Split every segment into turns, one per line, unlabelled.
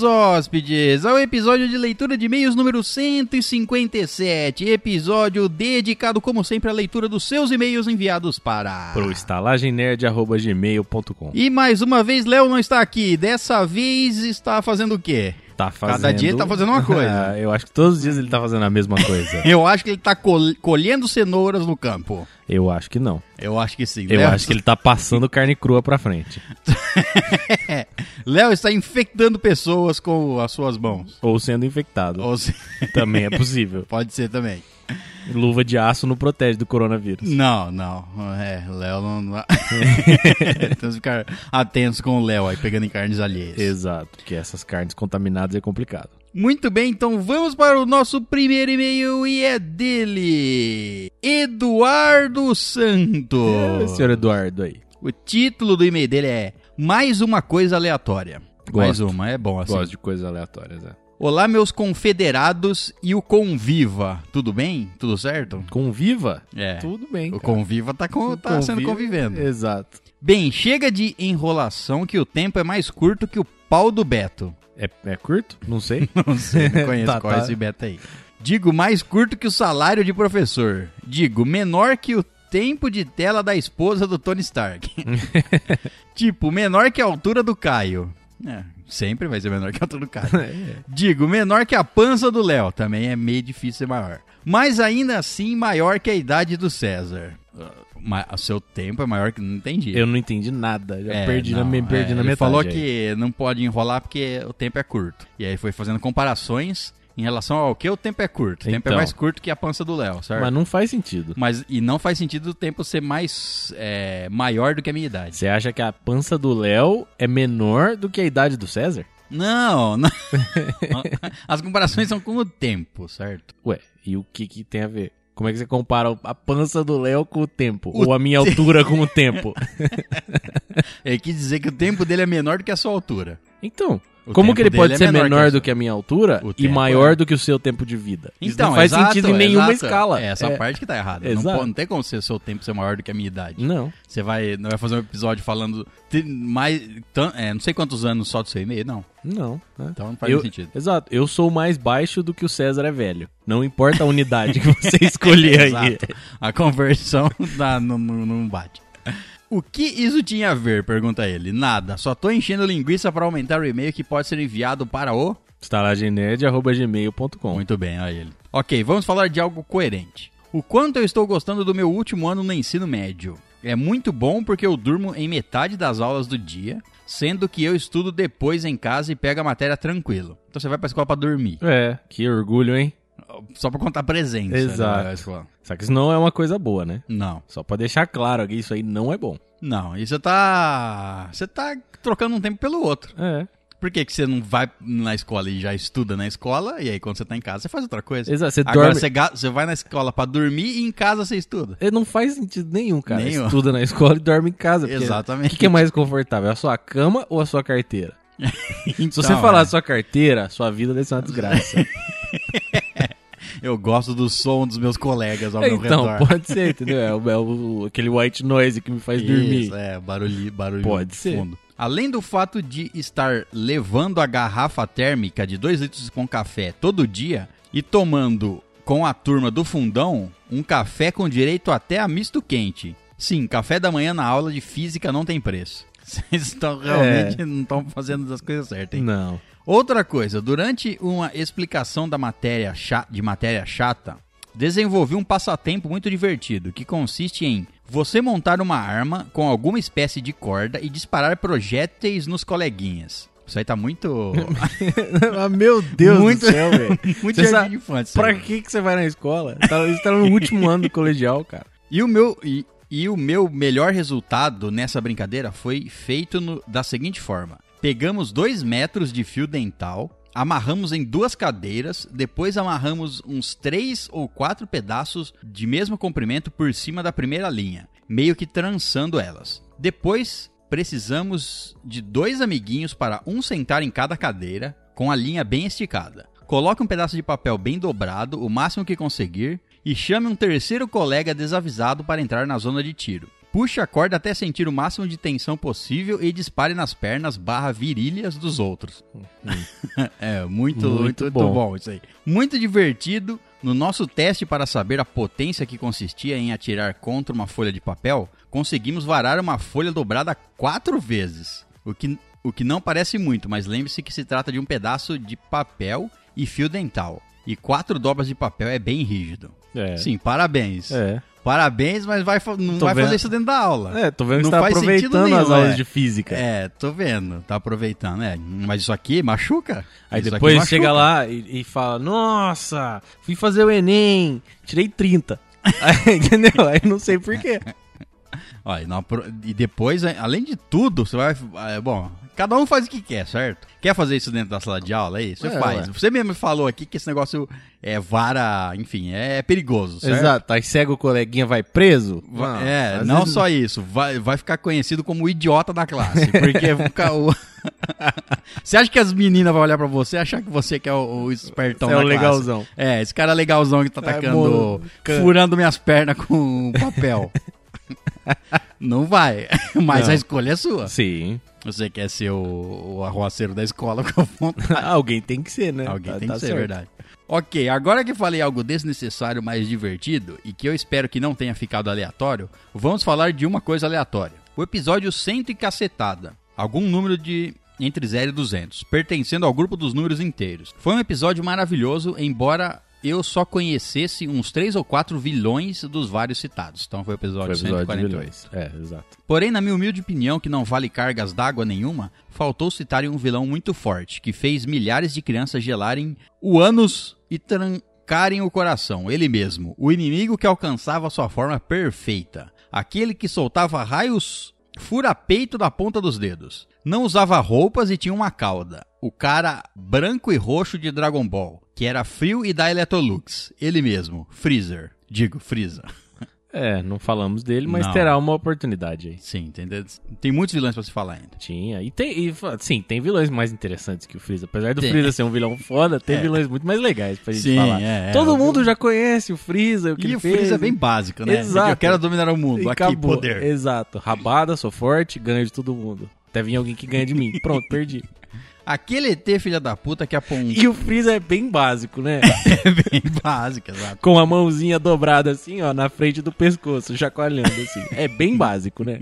hóspedes, ao episódio de leitura de e-mails número 157, episódio dedicado, como sempre, à leitura dos seus e-mails enviados para...
Pro estalagemnerd.gmail.com.
E mais uma vez, Léo não está aqui. Dessa vez está fazendo o quê?
Tá fazendo...
Cada dia ele tá fazendo uma coisa.
Ah, Eu acho que todos os dias ele tá fazendo a mesma coisa.
Eu acho que ele está col- colhendo cenouras no campo.
Eu acho que não.
Eu acho que sim.
Eu
Léo-
acho que ele tá passando carne crua pra frente.
Léo está infectando pessoas com as suas mãos.
Ou sendo infectado.
Ou se-
Também é possível.
Pode ser também.
Luva de aço não protege do coronavírus.
Não, não. É, Léo não. Temos que ficar atentos com o Léo aí, pegando em carnes alheias.
Exato, porque essas carnes contaminadas é complicado.
Muito bem, então vamos para o nosso primeiro e-mail e é dele, Eduardo
É,
Santos.
senhor Eduardo aí.
o título do e-mail dele é Mais uma coisa aleatória. Mais
Gosto.
uma, é bom assim.
Gosto de coisas aleatórias, é.
Olá, meus confederados e o Conviva. Tudo bem? Tudo certo?
Conviva?
É.
Tudo bem.
O
cara.
Conviva tá, com-
O
tá sendo
convívio-
convivendo.
Exato.
Bem, chega de enrolação que o tempo é mais curto que o pau do Beto.
É, é curto? Não sei.
Não sei, não conheço
Tá,
qual é
tá.
esse Beto aí. Digo mais curto que o salário de professor. Digo menor que o tempo de tela da esposa do Tony Stark. tipo, menor que a altura do Caio. É, sempre vai ser menor que a altura do Caio.
É.
Digo menor que a pança do Léo. Também é meio difícil ser maior. Mas ainda assim, maior que a idade do César. Ah, ma- O seu tempo é maior que. Não entendi.
Eu não entendi nada. Já
É,
perdi,
não,
na, me- perdi
é,
na
ele
metade.
falou
aí.
que não pode enrolar porque o tempo é curto. E aí foi fazendo comparações em relação ao que o tempo é curto. O tempo é
Então.
mais curto que a pança do Léo, certo?
Mas
Mas,
não faz sentido.
e não faz sentido o tempo ser mais é, maior do que a minha idade.
Você acha que a pança do Léo é menor do que a idade do César?
Não, não. As comparações são com o tempo, certo?
Ué, e o que, que tem a ver? Como é que você compara a pança do Léo com o tempo? Ou a minha altura com o tempo?
Ele quis dizer que o tempo dele é menor do que a sua altura.
Então,
O
como
tempo
que ele
dele
pode
é
ser
menor que
menor
a
do
sua?
que a minha altura
O
e
tempo,
maior
é.
do que o seu tempo de vida? Isso
Então,
não faz
exato,
sentido em nenhuma
exato.
escala.
É, essa
É,
parte que tá errada. Não,
Exato.
pô- não tem como ser seu tempo ser maior do que a minha idade.
Não.
Você vai, não vai fazer um episódio falando tem mais, tan- é, não sei quantos anos só do seu e-mail, não.
Não. né?
Então não faz
Eu-
muito sentido.
Exato. Eu sou mais baixo do que o César é velho. Não importa a unidade que você escolher aí.
Exato. A conversão dá, não, não- não bate. O que isso tinha a ver, pergunta ele. Nada, só tô enchendo linguiça para aumentar o e-mail que pode ser enviado para o...
Estalagenerd.gmail.com
Muito bem, olha ele. Ok, vamos falar de algo coerente. O quanto eu estou gostando do meu último ano no ensino médio. É muito bom porque eu durmo em metade das aulas do dia, sendo que eu estudo depois em casa e pego a matéria tranquilo. Então você vai pra escola pra dormir.
É, que orgulho, hein?
Só pra contar presença.
Exato.
né, na escola.
Só que isso não é uma coisa boa, né?
Não,
Só pra deixar claro que isso aí não é bom.
não. E você tá. Você tá trocando um tempo pelo outro.
É.
Por que, que você não vai na escola e já estuda na escola? E aí, quando você tá em casa, você faz outra coisa.
Exato. Você
Agora
dorme.
você, ga- você vai na escola pra dormir e em casa você estuda.
É, Não faz sentido nenhum, cara.
Nenhum.
Estuda na escola e dorme em casa. porque O
Exatamente.
que, que é mais confortável? A sua cama ou a sua carteira? Se você falar a sua carteira, sua vida deve ser uma desgraça.
Eu gosto do som dos meus colegas ao meu
então,
redor.
pode ser, entendeu? É, o, é o- aquele white noise que me faz
Isso,
dormir.
é, barulho, barulho
Pode
de
ser.
fundo. Além do fato de estar levando a garrafa térmica de 2 litros com café todo dia e tomando com a turma do fundão um café com direito até a misto quente. Sim, café da manhã na aula de física não tem preço. Vocês estão realmente não estão fazendo as coisas certas, hein?
Não.
Outra coisa, durante uma explicação da matéria cha- de matéria chata, desenvolvi um passatempo muito divertido que consiste em você montar uma arma com alguma espécie de corda e disparar projéteis nos coleguinhas. Isso aí tá muito.
ah, meu Deus
Muito-
do céu, velho.
muito
Você
jardim
sabe-
de infância. né?
Pra que, que você vai na escola? Tá, você tá no último ano do colegial, cara.
E o meu. E... e o meu melhor resultado nessa brincadeira foi feito no- da seguinte forma: pegamos dois metros de fio dental, amarramos em duas cadeiras, depois amarramos uns três ou quatro pedaços de mesmo comprimento por cima da primeira linha, meio que trançando elas. Depois precisamos de dois amiguinhos para um sentar em cada cadeira, com a linha bem esticada. Coloque um pedaço de papel bem dobrado, o máximo que conseguir, e chame um terceiro colega desavisado para entrar na zona de tiro. Puxe a corda até sentir o máximo de tensão possível e dispare nas pernas barra virilhas dos outros. é, muito, muito, Hum. muito bom. bom isso aí. Muito divertido. No nosso teste para saber a potência que consistia em atirar contra uma folha de papel, conseguimos varar uma folha dobrada quatro vezes. O que, o que não parece muito, mas lembre-se que se trata de um pedaço de papel e fio dental. E quatro dobras de papel é bem rígido.
É.
Sim, parabéns.
É.
Parabéns, mas vai, fa- não
Tô
vai
vendo.
fazer isso dentro da aula.
É, tô vendo que
Não
você tá
faz sentido
aproveitando as
nenhum,
aulas
é.
de física.
É, tô vendo, tá aproveitando, é. Mas isso aqui machuca.
Aí
Isso aqui
depois
machuca.
chega lá e, e fala: Nossa, fui fazer o Enem, tirei 30. Aí, entendeu? Aí não sei porquê.
Ó, e, não apro- e depois, é, além de tudo, você vai. é, Bom, cada um faz o que quer, certo? Quer fazer isso dentro da sala de aula aí? Você
É,
faz.
ué.
Você mesmo falou aqui que esse negócio é vara, enfim, é perigoso, certo?
Exato. Aí cego o coleguinha vai preso.
Va-
Ah,
é,
às
não
vezes-
só isso, vai, vai ficar conhecido como o idiota da classe, porque fica o... Você acha que as meninas vão olhar pra você e achar que você que é o, o espertão
Você é
da
o
classe?
legalzão.
É, esse cara legalzão que tá
É,
atacando,
mono- can-
furando minhas pernas com papel. não vai, mas
Não.
a escolha é sua.
Sim.
Você quer ser é o, o arroaceiro da escola com vontade.
Alguém tem que ser, né?
Alguém
Tá-
tem
tá
que ser, é
certo.
verdade. Ok, agora que falei algo desnecessário, mas divertido, e que eu espero que não tenha ficado aleatório, vamos falar de uma coisa aleatória. O episódio 100 e cacetada. Algum número de entre 0 e 200, pertencendo ao grupo dos números inteiros. Foi um episódio maravilhoso, embora eu só conhecesse uns 3 ou 4 vilões dos vários citados. Então foi o
Foi
episódio,
episódio de
148.
milhões. É, exato.
Porém, na minha humilde opinião, que não vale cargas d'água nenhuma, faltou citarem um vilão muito forte, que fez milhares de crianças gelarem o ânus e trancarem o coração, ele mesmo, o inimigo que alcançava sua forma perfeita, aquele que soltava raios fura-peito da ponta dos dedos. Não usava roupas e tinha uma cauda. O cara branco e roxo de Dragon Ball, que era frio e da Electrolux. Ele mesmo, Freezer. Digo, Freeza.
É, não falamos dele, mas
Não.
terá uma oportunidade aí.
Sim, entendeu? Tem muitos vilões pra se falar ainda.
Tinha. E tem. E, fa- sim, tem vilões mais interessantes que o Freeza. Apesar do
Tem.
Freeza ser um vilão foda, tem
É.
vilões muito mais legais pra gente
Sim,
falar.
é, é.
Todo mundo já conhece o Freeza, o que
E
ele
o
fez.
Freeza é bem básico, né?
Exato.
Eu quero dominar o mundo.
e
Aqui,
acabou. É.
poder.
Exato. Rabada, sou forte, ganho de todo mundo. Até vir alguém que ganha de mim. Pronto, perdi.
Aquele ET, filha da puta, que aponta.
E o Freeza é bem básico, né?
é bem básico, exato.
Com a mãozinha dobrada assim, ó, na frente do pescoço, chacoalhando assim. É bem básico, né?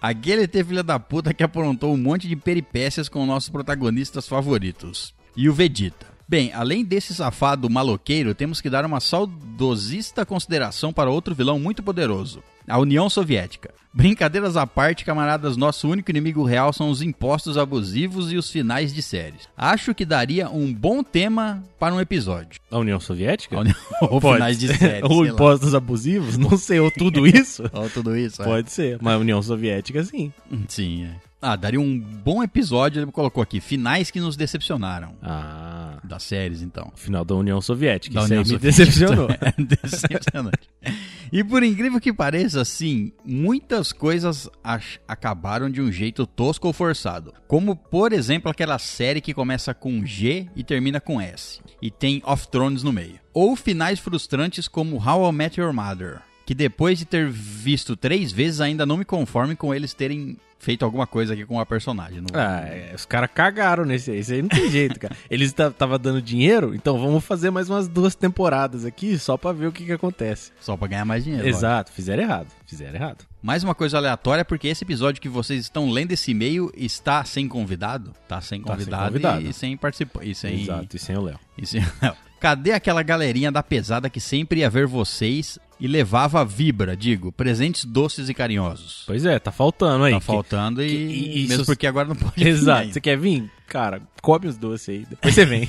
Aquele ET, filha da puta, que aprontou um monte de peripécias com nossos protagonistas favoritos. E o Vegeta. Bem, além desse safado maloqueiro, temos que dar uma saudosista consideração para outro vilão muito poderoso. A União Soviética. Brincadeiras à parte, camaradas, nosso único inimigo real são os impostos abusivos e os finais de séries. Acho que daria um bom tema para um episódio.
A União Soviética?
A União- Ou
Pode.
finais de série,
Ou
sei lá.
impostos abusivos, não sei, ou tudo isso?
Ou tudo isso, é.
Pode ser, mas a União Soviética sim.
Sim, é. Ah, daria um bom episódio, ele colocou aqui, finais que nos decepcionaram.
Ah,
Das séries, então.
final da União Soviética.
Da
isso
União
aí me
Soviética.
decepcionou.
Decepcionante. E por incrível que pareça, sim, muitas coisas ach- acabaram de um jeito tosco ou forçado. Como, por exemplo, aquela série que começa com G e termina com S. E tem Off Thrones no meio. Ou finais frustrantes como How I Met Your Mother. Que depois de ter visto três vezes, ainda não me conforme com eles terem feito alguma coisa aqui com a personagem. Não-
Ah, é, os caras cagaram nesse aí. Isso aí não tem jeito, cara. Eles ta- tava dando dinheiro, então vamos fazer mais umas duas temporadas aqui só pra ver o que que acontece.
Só pra ganhar mais
É,
dinheiro. lógico.
Exato, fizeram errado. Fizeram errado.
Mais uma coisa aleatória, porque esse episódio que vocês estão lendo esse e-mail está sem convidado. Tá sem
Tá sem
convidado,
convidado.
E, e sem participante. E sem,
Exato, e sem o Léo.
e sem- Cadê aquela galerinha da pesada que sempre ia ver vocês e levava vibra, digo, presentes doces e carinhosos?
Pois é, tá faltando aí.
Tá
Que-
faltando e,
que- isso-
mesmo porque agora não pode vir
Exato.
ainda.
Você quer vir? Cara, come os doces aí. Depois você vem.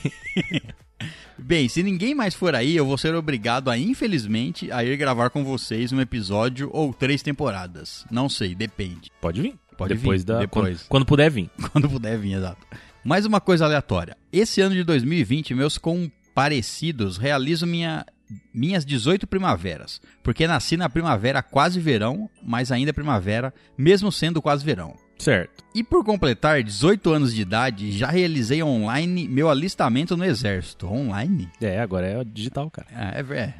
Bem, se ninguém mais for aí, eu vou ser obrigado a, infelizmente, a ir gravar com vocês um episódio ou três temporadas. Não sei, depende.
Pode vir.
Pode vir,
depois Da,
depois.
Quando, quando puder vir.
Quando puder vir, exato. Mais uma coisa aleatória. Esse ano de 2020, meus comparecidos realizam minha minhas 18 primaveras, porque nasci na primavera quase verão, mas ainda é primavera, mesmo sendo quase verão.
Certo.
E por completar 18 anos de idade, já realizei online meu alistamento no exército. Online?
É, agora é digital, cara.
Ah, é, é,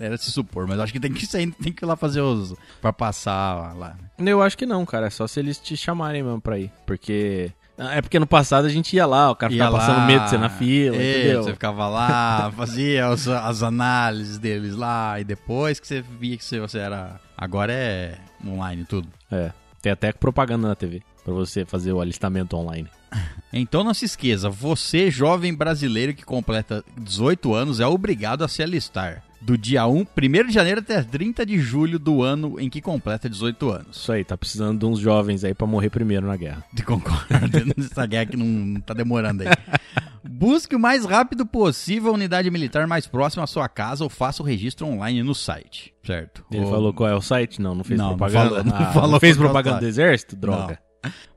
era de se supor, mas eu acho que tem que sair, tem que ir lá fazer os. pra passar lá.
Eu acho que não, cara. É só se eles te chamarem mesmo pra ir. Porque. Ah, É porque no passado a gente ia lá, o cara
Ia
ficava passando
lá,
medo de você na fila,
é,
entendeu?
Você ficava lá, fazia os- as análises deles lá, e depois que você via que você- você era. Agora é online tudo.
É. Tem até propaganda na TV pra você fazer o alistamento online.
Então não se esqueça, você jovem brasileiro que completa 18 anos é obrigado a se alistar. Do dia 1, 1 de janeiro até 30 de julho do ano em que completa 18 anos.
Isso aí, tá precisando de uns jovens aí pra morrer primeiro na guerra.
Te concordo nessa guerra que não, não tá demorando aí. Busque o mais rápido possível a unidade militar mais próxima à sua casa ou faça o registro online no site. Certo.
Ele
Ou-
falou qual é o site? Não, não fez
Não, não
propaganda.
falou, não
Ah,
falou
fez
qual é o
propaganda do
site.
exército? Droga.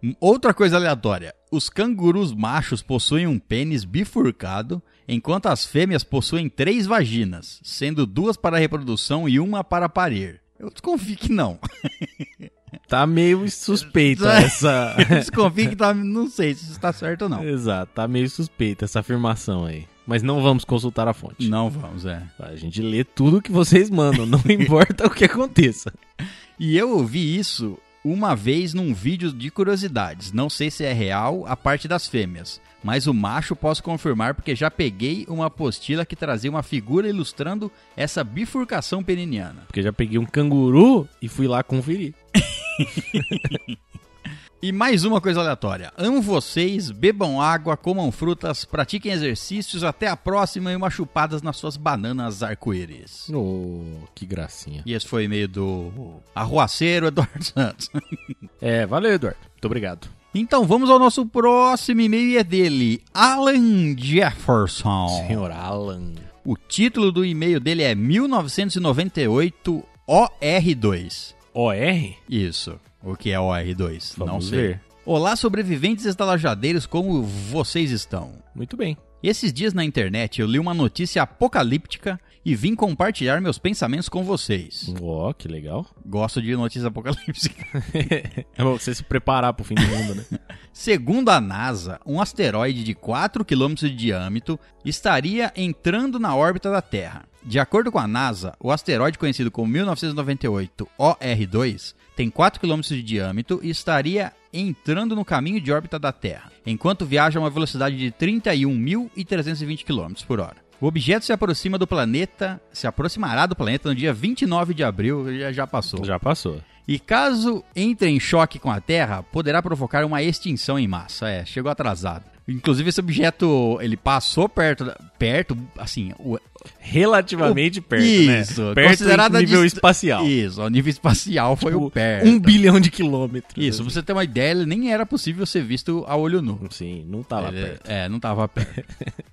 Hum, Outra coisa aleatória. Os cangurus machos possuem um pênis bifurcado, enquanto as fêmeas possuem três vaginas, sendo duas para reprodução e uma para parir. Eu desconfio que não.
Tá meio suspeita essa.
Eu desconfio que tá, não sei se isso está certo ou não.
Exato, tá meio suspeita essa afirmação aí. Mas não vamos consultar a fonte.
Não vamos, é.
A gente lê tudo que vocês mandam, não importa o que aconteça.
E eu ouvi isso uma vez num vídeo de curiosidades. Não sei se é real a parte das fêmeas, mas o macho posso confirmar porque já peguei uma apostila que trazia uma figura ilustrando essa bifurcação peniniana.
Porque eu já peguei um canguru e fui lá conferir.
E mais uma coisa aleatória. Amo vocês, bebam água, comam frutas, pratiquem exercícios, até a próxima e uma chupadas nas suas bananas arco-íris.
Oh, que gracinha.
E esse foi meio do arruaceiro Eduardo Santos.
É, valeu, Eduardo. Muito obrigado.
Então vamos ao nosso próximo e-mail e é dele, Alan Jefferson.
Senhor Alan.
O título do e-mail dele é 1998 OR2.
OR?
Isso. O que é OR2?
Vamos
Não sei.
ver.
Olá, sobreviventes estalajadeiros, como vocês estão?
Muito bem.
Esses dias na internet eu li uma notícia apocalíptica e vim compartilhar meus pensamentos com vocês.
Ó, que legal.
Gosto de notícia apocalíptica.
É bom você se preparar pro fim do mundo, né?
Segundo a NASA, um asteroide de 4 km de diâmetro estaria entrando na órbita da Terra. De acordo com a NASA, o asteroide conhecido como 1998 OR2 tem 4 km de diâmetro e estaria entrando no caminho de órbita da Terra, enquanto viaja a uma velocidade de 31.320 km por hora. O objeto se aproxima do planeta, se aproximará do planeta no dia 29 de abril, já, já passou.
Já passou.
E caso entre em choque com a Terra, poderá provocar uma extinção em massa. É, chegou atrasado. Inclusive, esse objeto, ele passou perto, da- perto, assim... O,
Relativamente perto,
isso,
né? Perto
considerada
em nível
dist-
espacial.
Isso, o nível espacial foi o
Tipo,
perto.
Um bilhão de quilômetros.
Isso, pra você ter uma ideia, ele nem era possível ser visto a olho nu.
Sim, não tava
Ele-
perto.
É, não tava perto.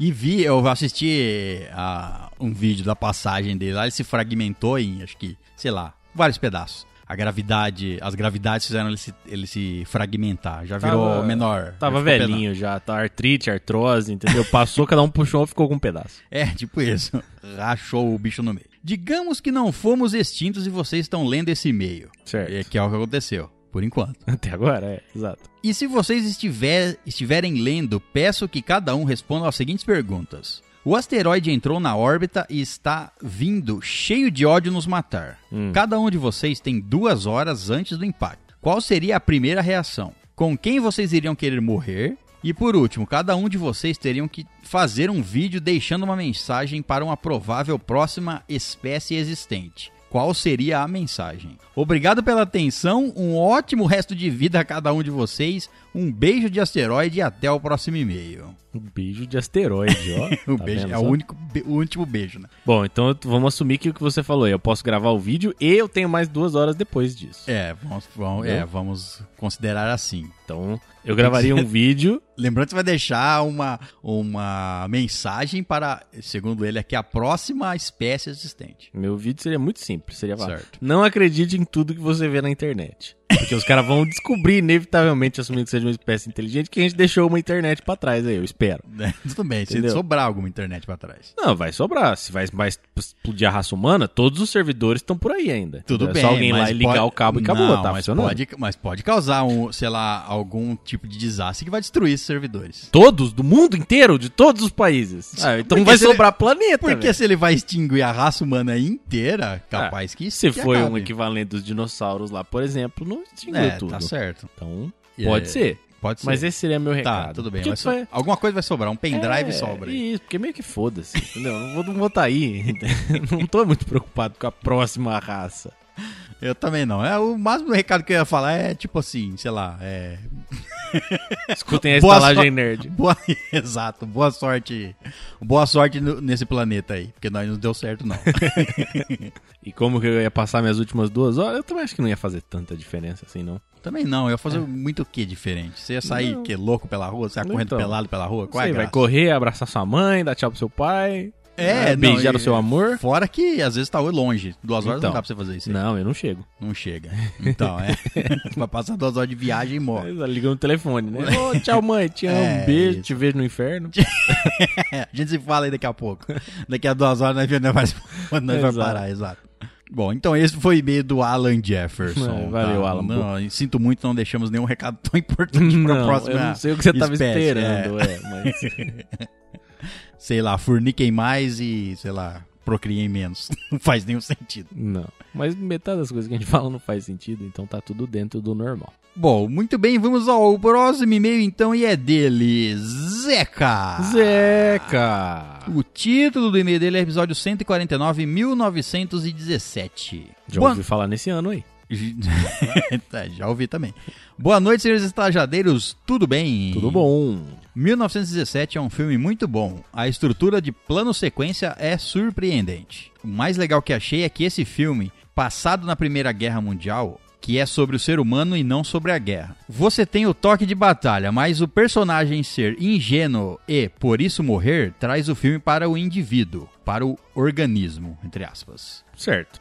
E vi, eu assisti a, um vídeo da passagem dele lá, ele se fragmentou em, acho que, sei lá, vários pedaços. A gravidade, as gravidades fizeram ele se, ele se fragmentar, já virou
Tava-
menor.
Tava
já ficou
velhinho já, tá artrite, artrose, entendeu? Passou, cada um puxou, ficou com um pedaço.
É, tipo isso. Rachou o bicho no meio. Digamos que não fomos extintos e vocês estão lendo esse e-mail.
Certo.
É, Que é o que aconteceu, por enquanto.
Até agora, é, exato.
E se vocês estiver- estiverem lendo, peço que cada um responda as seguintes perguntas. O asteroide entrou na órbita e está vindo cheio de ódio nos matar. Cada um de vocês tem duas horas antes do impacto. Qual seria a primeira reação? Com quem vocês iriam querer morrer? E por último, cada um de vocês teriam que fazer um vídeo deixando uma mensagem para uma provável próxima espécie existente. Qual seria a mensagem? Obrigado pela atenção, um ótimo resto de vida a cada um de vocês, um beijo de asteroide e até o próximo e-mail.
Um beijo de asteroide, ó.
O
Tá
beijo
vendo
é o
só?
único, be- o último beijo, né?
Bom, então eu- vamos assumir que o que você falou aí, eu posso gravar o vídeo e eu tenho mais duas horas depois disso.
É, vamos, vamos- é, vamos considerar assim.
Então, eu gravaria um vídeo.
Lembrando que você vai deixar uma, uma mensagem para, segundo ele aqui, a próxima espécie existente.
Meu vídeo seria muito simples, seria falar,
Certo.
Não acredite em tudo que você vê na internet. Porque os caras vão descobrir, inevitavelmente, assumindo que seja uma espécie inteligente, que a gente deixou uma internet pra trás aí, eu espero.
Né? Tudo bem, se
Entendeu?
sobrar alguma internet pra trás.
Não, vai sobrar. Se vai mais explodir a raça humana, todos os servidores estão por aí ainda.
Tudo
entendeu?
bem.
É só alguém lá
mas
e ligar
pode-
o cabo e acabou,
Não,
tá
mas
funcionando.
pode, mas pode causar, um, sei lá, algum tipo de desastre que vai destruir esses servidores.
Todos, do mundo inteiro, de todos os países. Ah, então
Porque
vai
se ele-
sobrar planeta.
Porque
velho.
se ele vai extinguir a raça humana inteira, capaz que
se
que
foi um
acabe.
equivalente dos dinossauros lá, por exemplo, não extinguiu
É,
tudo.
tá certo.
Então,
É,
pode ser.
Pode ser.
Mas esse seria meu recado.
Tá, tudo bem.
Porque
mas so-
foi-
Alguma coisa vai sobrar, um pendrive
É,
sobra. aí.
Isso, porque meio que foda-se, entendeu? Não vou, não vou tá aí. não tô muito preocupado com a próxima raça.
Eu também não. É, o máximo recado que eu ia falar é tipo assim, sei lá, é.
Escutem a
Boa
estalagem
so-
nerd.
Boa... Exato, boa sorte. Boa sorte no- nesse planeta aí. Porque nós não deu certo, não.
E como que eu ia passar minhas últimas duas horas, eu também acho que não ia fazer tanta diferença assim, não.
também não, eu ia
É.
fazer muito o que diferente? Você ia sair que, louco pela rua, você ia correndo
Então.
pelado pela rua?
Não
Qual é
sei,
a
vai
graça?
correr, abraçar sua mãe, dar tchau pro seu pai,
É,
né, beijar
não,
o seu
e-
amor.
Fora que às vezes tá longe. Duas horas
Então.
não dá pra você fazer isso. aí.
Não, eu não chego.
Não chega. Então, é. vai passar duas horas de viagem e morre.
Ligando o telefone, né? Ô, tchau, mãe, te amo,
É,
beijo,
isso.
te vejo no inferno.
É, a gente se fala aí daqui a pouco. Daqui a duas horas nós vamos nós vamos
Exato.
parar, exato. Bom, então esse foi o e-mail do Alan Jefferson. tá?
É, valeu, Alan.
Não, eu sinto muito, não deixamos nenhum recado tão importante pra
Não,
próxima.
eu não sei o que você tava
espécie,
esperando, é, mas...
é. sei lá, forniquem mais e, sei lá, procriem menos. Não faz nenhum sentido.
Não. Mas metade das coisas que a gente fala não faz sentido, então tá tudo dentro do normal.
Bom, muito bem, vamos ao próximo e-mail então e é dele, Zeca.
Zeca!
O título do e-mail dele é episódio 149, 1917.
Já
Boa-
ouvi falar nesse ano aí.
Tá, Já ouvi também. Boa noite, senhores estajadeiros, tudo bem?
Tudo bom.
1917 é um filme muito bom. A estrutura de plano-sequência é surpreendente. O mais legal que achei é que esse filme, passado na Primeira Guerra Mundial, que é sobre o ser humano e não sobre a guerra. Você tem o toque de batalha, mas o personagem ser ingênuo e, por isso, morrer, traz o filme para o indivíduo, para o organismo, entre aspas.
Certo.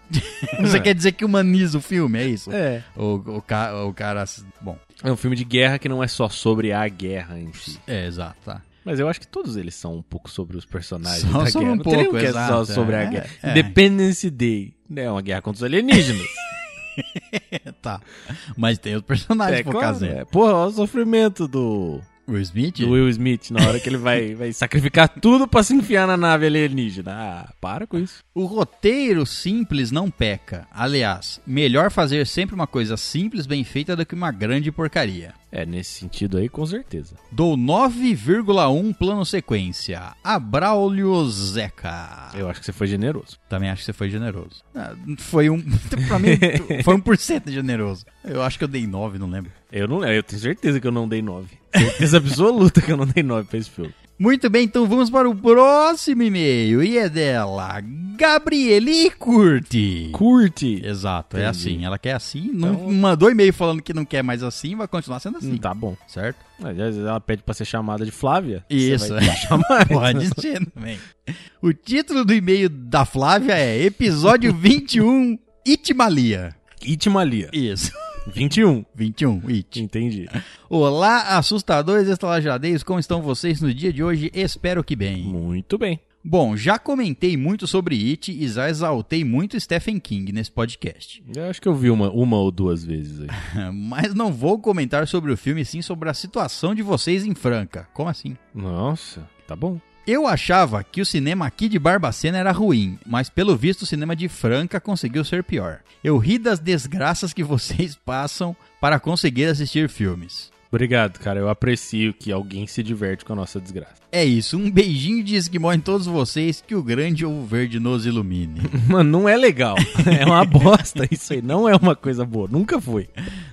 Você
É.
quer dizer que humaniza o filme, é isso?
É.
O, o, ca- o cara. Bom,
É um filme de guerra que não é só sobre a guerra em si.
é exato, tá.
Mas eu acho que todos eles são um pouco sobre os personagens
São
da
sobre
guerra.
um
Não tem nenhum
pouco,
que é só
exato,
sobre
é,
a guerra.
é.
Independence Day. É uma guerra contra os alienígenas.
tá. Mas tem os personagens
é,
por
claro,
causa
é. Porra, olha o sofrimento do,
O Smith?
do Will Smith na hora que ele vai, vai sacrificar tudo pra se enfiar na nave alienígena. Ah, para com isso.
O roteiro simples não peca. Aliás, melhor fazer sempre uma coisa simples bem feita do que uma grande porcaria.
É, nesse sentido aí, com certeza.
Dou 9,1 plano sequência. Abraulio Zeca.
Eu acho que você foi generoso.
Também acho que você foi generoso. Ah, foi um. pra mim, foi 1% generoso. Eu acho que eu dei 9, não lembro.
Eu não eu tenho certeza que eu não dei 9. Certeza absoluta que eu não dei 9 pra esse filme.
Muito bem, então vamos para o próximo e-mail. E é dela, Gabrieli Curti.
Curte!
Exato, é
Entendi.
assim. Ela quer assim, não
Então-
mandou e-mail falando que não quer mais assim, vai continuar sendo assim,
Hum, tá bom.
certo?
Às vezes ela pede pra ser chamada de Flávia.
Isso,
Você
é. pode ser também. O título do e-mail da Flávia é Episódio 21 Itmalia.
vai- Itimalia.
Isso,
21.
21 It.
Entendi.
Olá, assustadores estalajadeiros, como estão vocês no dia de hoje? Espero que bem.
Muito bem.
Bom, já comentei muito sobre It e já exaltei muito Stephen King nesse podcast.
Eu acho que eu vi uma, uma ou duas vezes aí.
Mas não vou comentar sobre o filme, sim sobre a situação de vocês em Franca. Como assim?
Nossa, tá bom.
Eu achava que o cinema aqui de Barbacena era ruim, mas pelo visto o cinema de Franca conseguiu ser pior. Eu ri das desgraças que vocês passam para conseguir assistir filmes.
Obrigado, cara. Eu aprecio que alguém se diverte com a nossa desgraça.
É isso, um beijinho de esquimó em todos vocês, que o grande ovo verde nos ilumine.
Mano, não é legal. É uma bosta isso aí. Não é uma coisa boa. Nunca foi.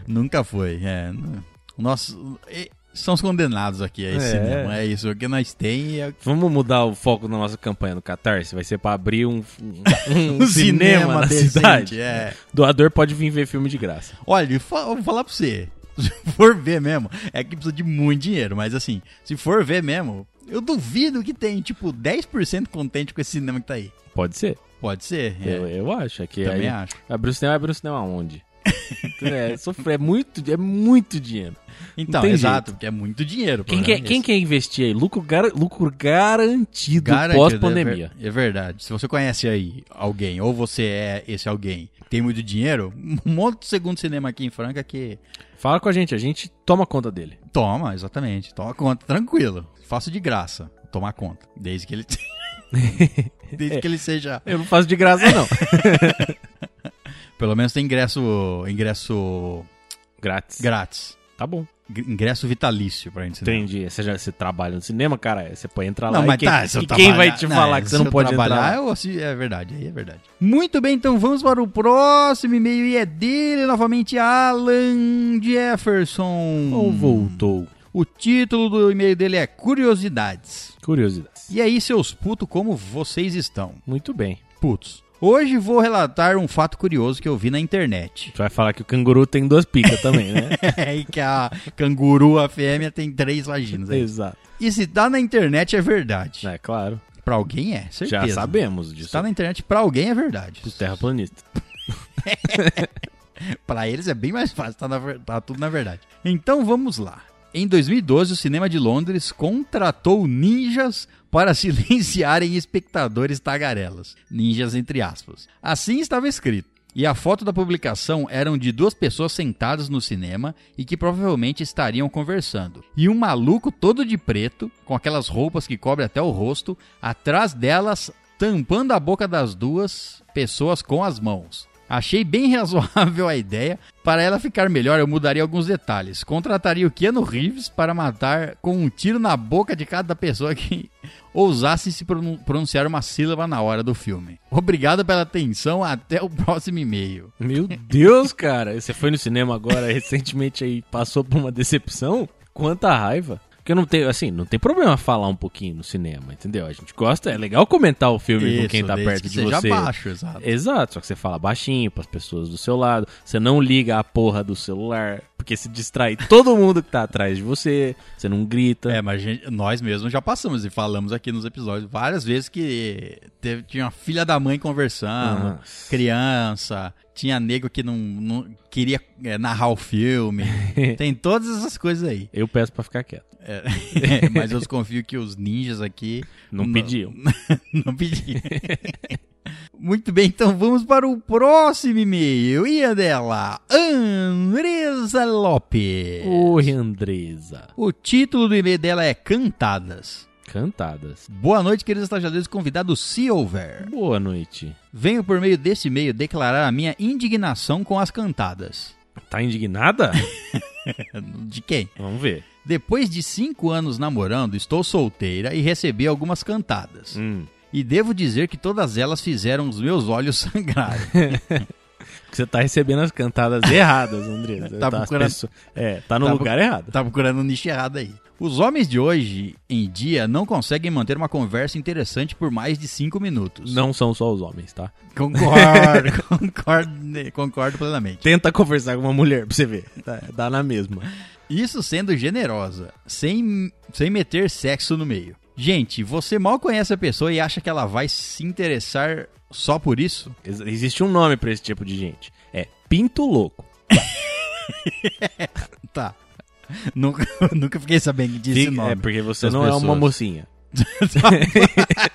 Nunca foi, é. n- Nós e- somos condenados aqui a esse
É.
cinema, é isso. O que nós tem e é
Vamos mudar o foco da nossa campanha no Catarse? Vai ser pra abrir um, um- um
um
cinema, na
decente,
cidade.
é.
Doador pode vir ver filme de graça.
Olha, eu fa- eu vou falar pra você. Se for ver mesmo, é que precisa de muito dinheiro, mas assim, se for ver mesmo, eu duvido que tem, tipo, 10% contente com esse cinema que tá aí.
Pode ser.
Pode ser. é.
Eu, eu acho. É que
Também
aí,
acho.
Abrir o cinema, abrir o cinema onde? É, sofrer. É muito, é muito dinheiro.
Então,
tem
exato, porque é muito dinheiro. o
Quem
problema
quer,
é
quem
esse.
quer investir aí? Lucro, gar- lucro garantido,
Garantido,
pós-pandemia.
É, ver- é verdade. Se você conhece aí alguém, ou você é esse alguém, tem muito dinheiro, um monte de segundo cinema aqui em Franca que
Fala com a gente, a gente toma conta dele.
toma, exatamente, toma conta, tranquilo. Faço de graça, tomar conta, desde que ele
É.
desde que ele seja,
Eu não faço de graça, não.
pelo menos tem ingresso, ingresso
Grátis.
grátis,
tá bom.
gr- ingresso vitalício pra gente.
Entendi. Você, já, você trabalha no cinema, cara, você pode entrar lá
Não,
e
mas
quem,
tá, se eu
e quem
trabalhar- é,
vai te falar que
se
você não
eu
pode
trabalhar,
entrar lá?
eu assi- é verdade, aí é verdade. Muito bem, então vamos para o próximo e-mail e é dele novamente, Alan Jefferson.
Ou voltou?
O título do e-mail dele é Curiosidades.
Curiosidades.
E aí, seus putos, como vocês estão?
Muito bem.
Putos. Hoje vou relatar um fato curioso que eu vi na internet.
Você vai falar que o canguru tem duas picas também, né?
É, e que a canguru, a fêmea, tem três vaginas. é isso.
Exato.
E se tá na internet é verdade.
É claro.
Pra alguém é, certeza.
Já sabemos
Se
disso.
tá na internet pra alguém é verdade.
Os terraplanistas.
Pra eles é bem mais fácil, tá, na ver- tá tudo na verdade. Então vamos lá. Em 2012, o cinema de Londres contratou ninjas para silenciarem espectadores tagarelas. Ninjas entre aspas. Assim estava escrito. E a foto da publicação eram de duas pessoas sentadas no cinema e que provavelmente estariam conversando. E um maluco todo de preto, com aquelas roupas que cobrem até o rosto, atrás delas, tampando a boca das duas pessoas com as mãos. Achei bem razoável a ideia. Para ela ficar melhor, eu mudaria alguns detalhes. Contrataria o Keanu Reeves para matar com um tiro na boca de cada pessoa que ousasse se pronun- pronunciar uma sílaba na hora do filme. Obrigado pela atenção, até o próximo e-mail.
Meu Deus, cara. Você foi no cinema agora recentemente aí, passou por uma decepção? Quanta raiva. Porque eu não tenho, assim, não tem problema falar um pouquinho no cinema, entendeu? A gente gosta, é legal comentar o filme com quem tá
desde
perto
que
de
seja
você.
baixo, exato.
Exato, só que você fala baixinho pras pessoas do seu lado, você não liga a porra do celular, porque se distrai todo mundo que tá atrás de você, você não grita.
É, mas gente- nós mesmos já passamos e falamos aqui nos episódios várias vezes que teve, tinha uma filha da mãe conversando,
Aham.
criança, tinha nego que não, não queria é, narrar o filme. Tem todas essas coisas aí.
Eu peço pra ficar quieto.
É, é, mas eu confio que os ninjas aqui.
Não um. pediam.
não pediam. Muito bem, então vamos para o próximo e-mail. E a dela, Andresa Lopes.
Oi, Andresa.
O título do e-mail dela é Cantadas.
Cantadas.
Boa noite, queridos estagiadores, convidado Silver.
Boa noite.
Venho por meio desse e-mail declarar a minha indignação com as cantadas.
Tá indignada?
De quem?
Vamos ver.
Depois de cinco anos namorando, estou solteira e recebi algumas cantadas.
Hum.
E devo dizer que todas elas fizeram os meus olhos sangrarem.
Porque você tá recebendo as cantadas erradas, Andresa.
Tá
as
procurando-
pessoas- É, tá no
Tá
lugar errado.
tá procurando um nicho errado aí. Os homens de hoje em dia não conseguem manter uma conversa interessante por mais de cinco minutos.
Não são só os homens, tá?
Concordo, concordo, concordo plenamente.
Tenta conversar com uma mulher pra você ver. Tá, Dá na mesma.
Isso sendo generosa, sem, sem meter sexo no meio. Gente, você mal conhece a pessoa e acha que ela vai se interessar só por isso?
Ex- Existe um nome pra esse tipo de gente. É pinto louco.
Tá. Nunca, nunca fiquei sabendo que disse
Fica-
o nome.
é porque você
das
não é uma
pessoas.
mocinha,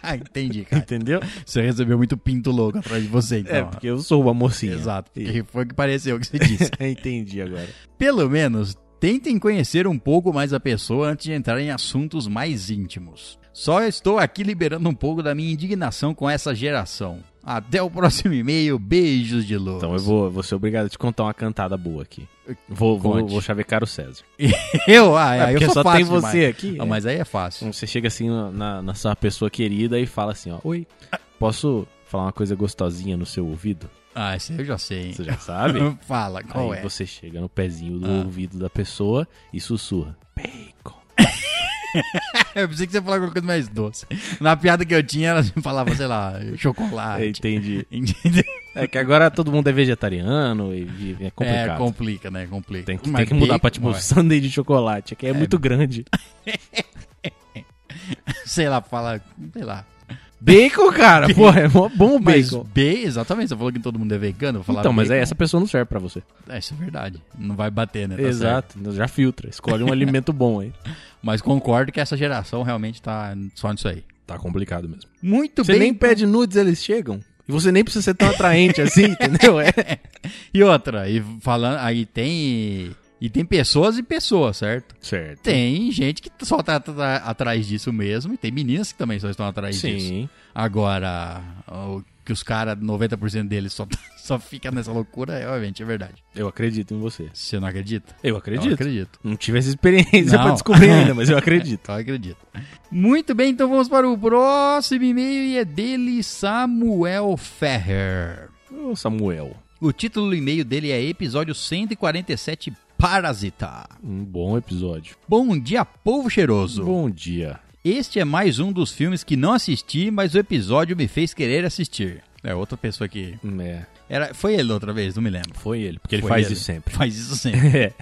é.
Entendi, cara.
entendeu?
Você recebeu muito pinto louco atrás de você, então.
É, porque eu sou uma mocinha.
Exato.
E-
Porque foi o que pareceu que você disse.
Entendi agora.
Pelo menos, tentem conhecer um pouco mais a pessoa antes de entrar em assuntos mais íntimos. Só estou aqui liberando um pouco da minha indignação com essa geração. Até o próximo e-mail, beijos de luz.
Então eu vou, vou ser obrigado a te contar uma cantada boa aqui. Vou, vou,
Conte.
vou chavecar o César.
Eu, ah, é, eu
porque
sou
só
fácil
tem você
demais.
aqui.
Ah,
é.
mas aí é
Então
fácil.
Você chega assim na, na, na sua pessoa querida e fala assim, ó. Oi, posso falar uma coisa gostosinha no seu ouvido?
Ah, isso aí eu já sei. hein?
Você já sabe?
Fala, qual
Aí
é?
você chega no pezinho do
Ah.
ouvido da pessoa e sussurra. Bacon.
Eu pensei que você ia falar alguma coisa mais doce. Na piada que eu tinha, ela falava, sei lá, chocolate.
Entendi.
Entendeu?
É que agora todo mundo é vegetariano e, e é complicado.
É, complica, né? Complica.
Tem que,
Mas
tem que mudar
bacon,
pra tipo
ué.
sundae de chocolate, que é, muito grande.
sei lá, fala, sei lá.
Bacon, cara. Porra, é mó bom o
Mas
bacon.
B, exatamente. Você falou que todo mundo é vegano. eu vou falar
então, mas aí
bacon.
essa pessoa não serve pra você. Tá
É, isso é verdade. Não vai bater, né? Tá
Exato. Já filtra. Escolhe um alimento bom aí.
certo. Mas concordo que essa geração realmente tá só nisso aí.
Tá complicado mesmo.
Muito
Você
bem.
nem pede nudes, eles chegam. E você nem precisa ser tão atraente assim, entendeu? É.
E outra, e falando, aí tem. E tem pessoas e pessoas, certo?
Certo.
Tem gente que só tá, tá- tá atrás disso mesmo, e tem meninas que também só estão atrás disso.
Sim.
Agora, o, que os caras, 90% deles só, tá, só fica nessa loucura, é, obviamente, é verdade.
Eu acredito em você.
Você não acredita?
Eu
Eu
acredito.
acredito.
Não tive essa experiência
Não.
pra descobrir ainda, mas eu acredito.
Então eu acredito. Muito bem, então vamos para o próximo e-mail e é dele Samuel Ferrer.
Ô, Samuel.
O título do e-mail dele é Episódio 147 Parasita.
Um bom episódio.
Bom dia, povo cheiroso.
Bom dia.
Este é mais um dos filmes que não assisti, mas o episódio me fez querer assistir. É outra pessoa que
É,
era, foi ele outra vez, não me lembro.
foi ele, porque ele
Foi
faz
ele.
isso sempre.
Faz isso sempre.
É.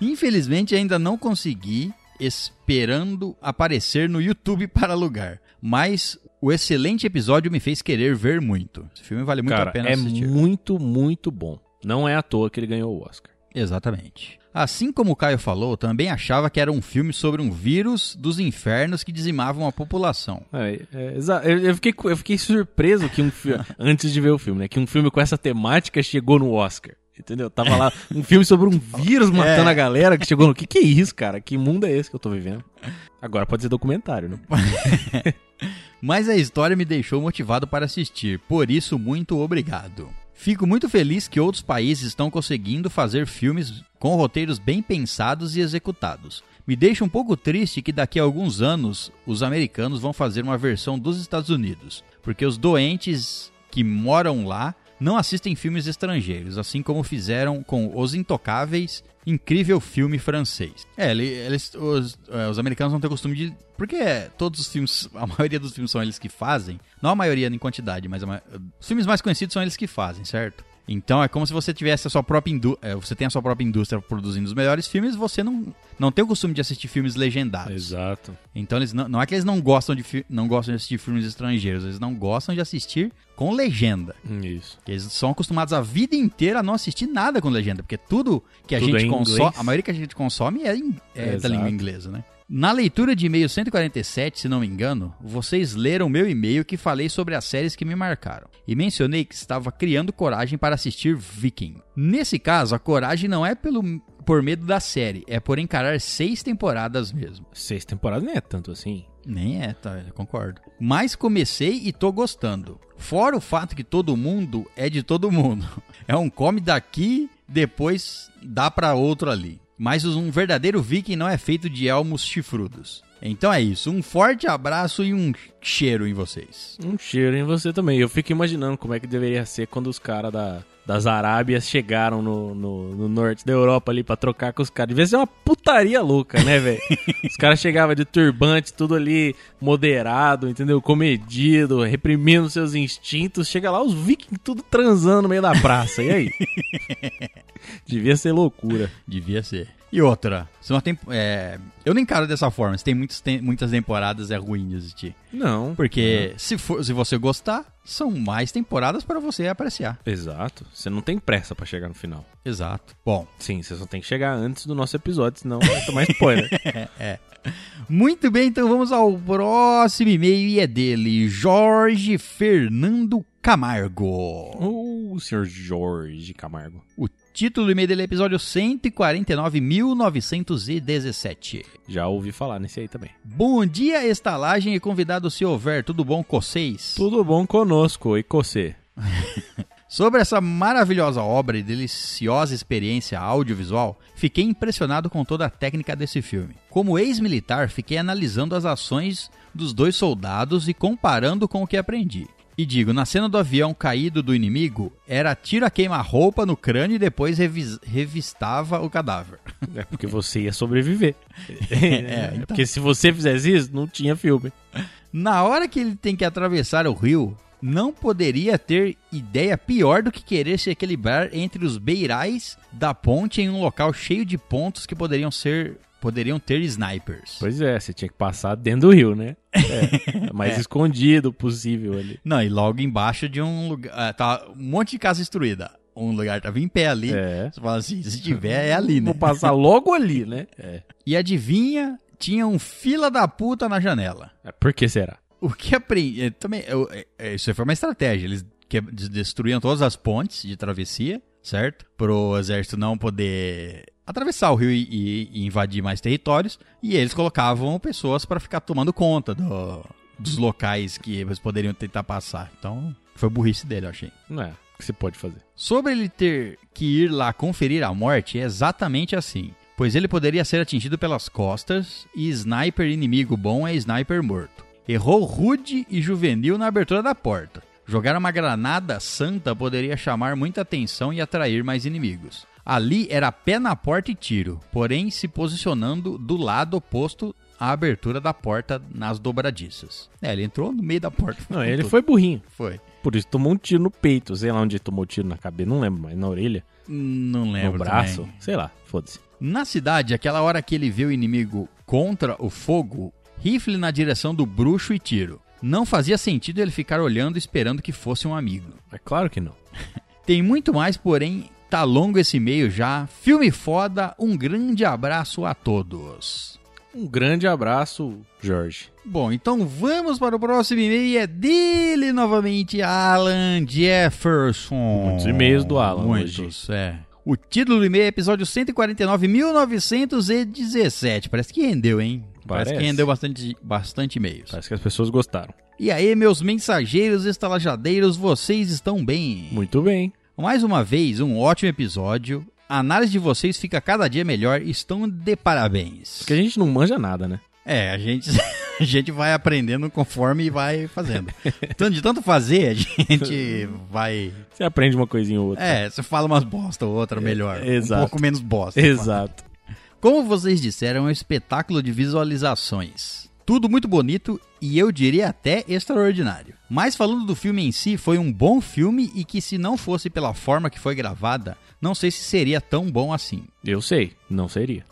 Infelizmente ainda não consegui, esperando aparecer no YouTube para alugar. Mas o excelente episódio me fez querer ver muito. Esse filme vale muito
Cara,
a pena
é
assistir.
muito, muito bom. Não é à toa que ele ganhou o Oscar.
Exatamente. Assim como o Caio falou, também achava que era um filme sobre um vírus dos infernos que dizimavam a população.
É, é, exa- eu, eu fiquei, cu- eu fiquei surpreso que um filme, antes de ver o filme, né? Que um filme com essa temática chegou no Oscar. Entendeu? Tava lá um filme sobre um vírus matando a galera que chegou no. Que que é isso, cara? Que mundo é esse que eu tô vivendo? Agora pode ser documentário, né?
Mas a história me deixou motivado para assistir, por isso muito obrigado. Fico muito feliz que outros países estão conseguindo fazer filmes com roteiros bem pensados e executados. Me deixa um pouco triste que daqui a alguns anos os americanos vão fazer uma versão dos Estados Unidos, porque os doentes que moram lá não assistem filmes estrangeiros, assim como fizeram com Os Intocáveis, incrível filme francês. É, ele- eles, os, é, os americanos não têm costume de. Porque todos os filmes, a maioria dos filmes são eles que fazem. Não a maioria em quantidade, mas a ma- os filmes mais conhecidos são eles que fazem, certo? Então é como se você tivesse a sua própria indústria. Você tem a sua própria indústria produzindo os melhores filmes, você não, não tem o costume de assistir filmes legendados.
Exato.
Então eles não, não é que eles não gostam, de fi- não gostam de assistir filmes estrangeiros, eles não gostam de assistir com legenda.
Isso.
Porque Eles são acostumados a vida inteira a não assistir nada com legenda, porque tudo que a
Tudo é
gente
em
consome,
inglês.
a maioria que a gente consome é, em- é da
Exato.
língua inglesa, né? Na leitura de e-mail 147, se não me engano, vocês leram meu e-mail que falei sobre as séries que me marcaram e mencionei que estava criando coragem para assistir Viking. Nesse caso, a coragem não é pelo por medo da série, é por encarar seis temporadas mesmo.
Seis temporadas não é tanto assim.
Nem é, tá, eu concordo. Mas comecei e tô gostando. Fora o fato que todo mundo é de todo mundo. É um come daqui, depois dá pra outro ali. Mas um verdadeiro viking não é feito de elmos chifrudos. Então é isso, um forte abraço e um cheiro em vocês.
Um cheiro em você também. Eu fico imaginando como é que deveria ser quando os caras da, das Arábias chegaram no, no, no norte da Europa ali pra trocar com os caras. Devia ser uma putaria louca, né, velho? os caras chegavam de turbante, tudo ali moderado, entendeu? Comedido, reprimindo seus instintos. Chega lá os vikings tudo transando no meio da praça. E aí? Devia ser loucura.
Devia ser. E outra, se não tem, é, eu não encaro dessa forma, se tem muitos tem- muitas temporadas é ruim de existir.
Não.
Porque se, for, se você gostar, são mais temporadas pra você apreciar.
Exato. Você não tem pressa pra chegar no final.
Exato. Bom,
Sim, você só tem que chegar antes do nosso episódio, senão vai tomar spoiler.
Muito bem, então vamos ao próximo e-mail e é dele, Jorge Fernando Camargo.
O senhor Jorge Camargo.
O título do e-mail dele é episódio 149.917.
Já ouvi falar nesse aí também.
Bom dia, estalagem e convidado se houver, tudo bom com vocês?
Tudo bom conosco, e você?
Sobre essa maravilhosa obra e deliciosa experiência audiovisual, fiquei impressionado com toda a técnica desse filme. Como ex-militar, fiquei analisando as ações dos dois soldados e comparando com o que aprendi. E digo, na cena do avião caído do inimigo, era tiro a queima-roupa no crânio e depois revis- revistava o cadáver.
É porque você ia sobreviver.
É, então.
Porque se você fizesse isso, não tinha filme.
Na hora que ele tem que atravessar o rio, não poderia ter ideia pior do que querer se equilibrar entre os beirais da ponte em um local cheio de pontos que poderiam ser poderiam ter snipers.
Pois é, você tinha que passar dentro do rio, né? É, mais escondido possível ali.
Não, e logo embaixo de um lugar. ah, Tá um monte de casa destruída. Um lugar tava em pé ali.
É.
Você fala assim: se tiver, é ali, né?
Vou passar logo ali, né? É.
E adivinha, tinha um fila da puta na janela.
É, Por que será?
O que aprendi. é, Também, eu- é, é, isso foi uma estratégia. Eles que- des- destruíam todas as pontes de travessia, certo? Pro exército não poder atravessar o rio e, e- e invadir mais territórios. E eles colocavam pessoas pra ficar tomando conta do- dos locais que eles poderiam tentar passar. Então, foi burrice dele, eu achei.
Não é. O que você pode fazer?
Sobre ele ter que ir lá conferir a morte, é exatamente assim. Pois ele poderia ser atingido pelas costas e sniper inimigo bom é sniper morto. Errou rude e juvenil na abertura da porta. Jogar uma granada santa poderia chamar muita atenção e atrair mais inimigos. Ali era pé na porta e tiro, porém se posicionando do lado oposto à abertura da porta nas dobradiças. É, ele entrou no meio da porta.
Não, ele foi burrinho.
Foi.
Por isso tomou um tiro no peito. Sei lá onde tomou tiro na cabeça, não lembro mais. Na orelha,
Não
no
lembro.
braço,
também.
sei lá, foda-se.
Na cidade, aquela hora que ele vê o inimigo contra o fogo, rifle na direção do bruxo e tiro. Não fazia sentido ele ficar olhando esperando que fosse um amigo.
É claro que não.
Tem muito mais, porém, tá longo esse e-mail já. Filme foda, um grande abraço a todos.
Um grande abraço, Jorge.
Bom, então vamos para o próximo e-mail e é dele novamente, Alan Jefferson.
Muitos e-mails do Alan
Muitos, é. O título do e-mail é episódio 149, 1917. Parece que rendeu, hein? que
Parece.
rendeu bastante, bastante e-mails.
Parece que as pessoas gostaram.
E aí, meus mensageiros estalajadeiros, vocês estão bem?
Muito bem.
Mais uma vez, um ótimo episódio. A análise de vocês fica cada dia melhor. Estão de parabéns.
Porque a gente não manja nada, né?
É, a gente, a gente vai aprendendo conforme vai fazendo. Tanto de tanto fazer, a gente vai.
Você aprende uma coisinha ou outra.
É, você fala umas bosta ou outra melhor.
É, exato.
Um pouco menos bosta.
Exato.
Como vocês disseram, é um espetáculo de visualizações. Tudo muito bonito e eu diria até extraordinário. Mas falando do filme em si, foi um bom filme e que se não fosse pela forma que foi gravada, não sei se seria tão bom assim.
Eu sei, não seria.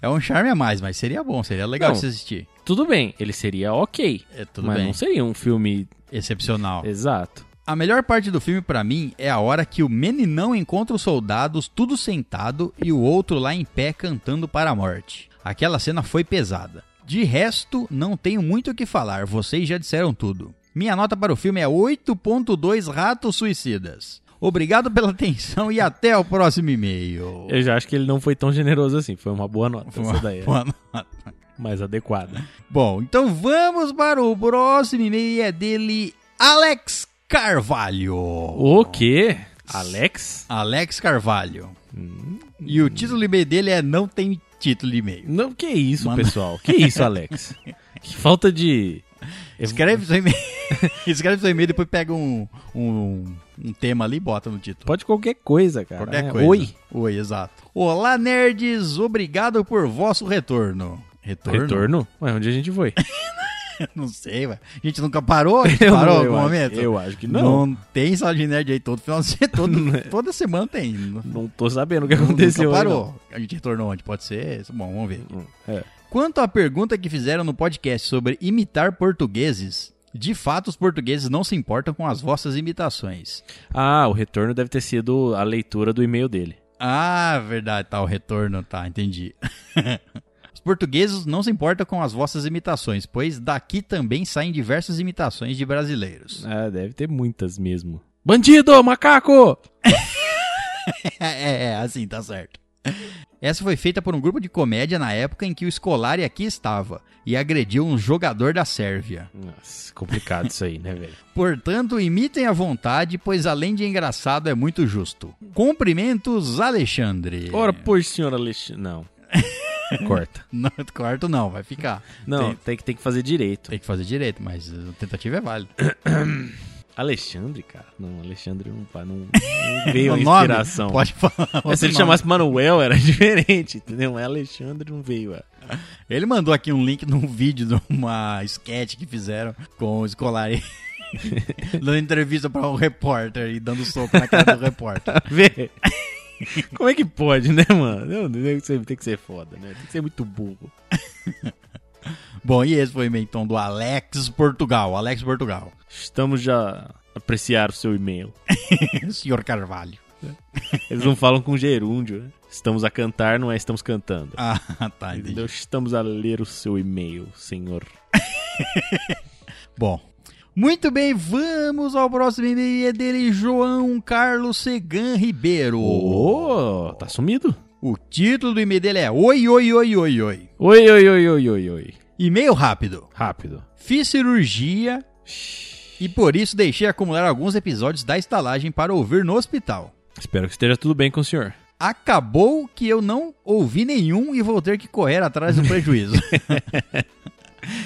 É um charme a mais, mas seria bom, seria legal
Não.
de se assistir.
Tudo bem, ele seria ok.
É tudo
mas
bem.
não seria um filme
Excepcional.
exato.
A melhor parte do filme pra mim é a hora que o meninão encontra os soldados tudo sentado e o outro lá em pé cantando para a morte. Aquela cena foi pesada. De resto, não tenho muito o que falar, vocês já disseram tudo. Minha nota para o filme é 8.2 ratos suicidas. Obrigado pela atenção e até o próximo e-mail.
Eu já acho que ele não foi tão generoso assim. Foi uma boa nota.
Foi uma
Essa daí é
boa nota.
mais adequada.
Bom, então vamos para o próximo e-mail e é dele Alex Carvalho.
O quê? Alex?
Alex Carvalho. E o título de e-mail dele é Não Tem Título de E-mail.
Não, que isso,
Mano.
pessoal? Que isso, Alex? que falta de.
Escreve seu e-mail. Escreve seu e-mail, depois pega um, um, um tema ali e bota no título.
Pode qualquer coisa, cara.
Qualquer
né?
coisa.
Oi.
Oi, exato. Olá, nerds. Obrigado por vosso retorno. Retorno?
Retorno? Ué, onde a gente foi?
Não sei, ué. A gente nunca parou? A gente
Eu
parou
não-
em algum
eu acho-
momento?
eu acho que não.
Não tem sala de nerd aí todo final de semana. todo- toda semana tem. Nunca
Não tô sabendo o que aconteceu. aí, não.
parou. A gente retornou onde? Pode ser? Bom, vamos ver.
Hum, É.
Quanto à pergunta que fizeram no podcast sobre imitar portugueses, de fato os portugueses não se importam com as vossas imitações.
Ah, o retorno deve ter sido a leitura do e-mail dele.
Ah, verdade, tá, o retorno, tá, entendi. os portugueses não se importam com as vossas imitações, pois daqui também saem diversas imitações de brasileiros.
Ah, deve ter muitas mesmo. Bandido, macaco!
é, é, assim, tá certo. Essa foi feita por um grupo de comédia na época em que o Scolari aqui estava e agrediu um jogador da Sérvia.
Nossa, complicado isso aí, né, velho?
Portanto, imitem à vontade, pois além de engraçado é muito justo. Cumprimentos, Alexandre.
Ora, pois, senhor Alexandre. Não. Corta.
Não, quarto não, vai ficar.
Não,
Tem,
tem, que, tem que fazer direito.
tem que fazer direito, mas a tentativa é válida.
Alexandre, cara? Não, Alexandre não, pá, não, não é veio
O
a
nome,
inspiração.
Pode falar.
Mas se
outro
ele
nome.
chamasse Manuel era diferente, entendeu? Mas Alexandre não veio. é.
Ele mandou aqui um link num vídeo de uma sketch que fizeram com o Scolari. Dando entrevista pra um repórter e dando soco na cara do repórter.
Vê. Como é que pode, né, mano? Não, tem que ser- tem que ser foda, né? Tem que ser muito burro.
Bom, e esse foi o e-mail então, do Alex Portugal. Alex Portugal.
Estamos já a apreciar o seu e-mail.
Senhor Carvalho.
Eles não falam com gerúndio, né? Estamos a cantar, não é estamos cantando.
Ah, tá. entendi.
Entendeu? Estamos a ler o seu e-mail, senhor.
Bom. Muito bem, vamos ao próximo e-mail é dele, João Carlos Segan Ribeiro.
Ô, tá sumido?
O título do e-mail dele é Oi, oi, oi, oi, oi.
Oi, oi, oi, oi, oi, oi.
E-mail rápido.
Rápido.
Fiz cirurgia e por isso deixei acumular alguns episódios da estalagem para ouvir no hospital.
Espero que esteja tudo bem com o senhor.
Acabou que eu não ouvi nenhum e vou ter que correr atrás do prejuízo.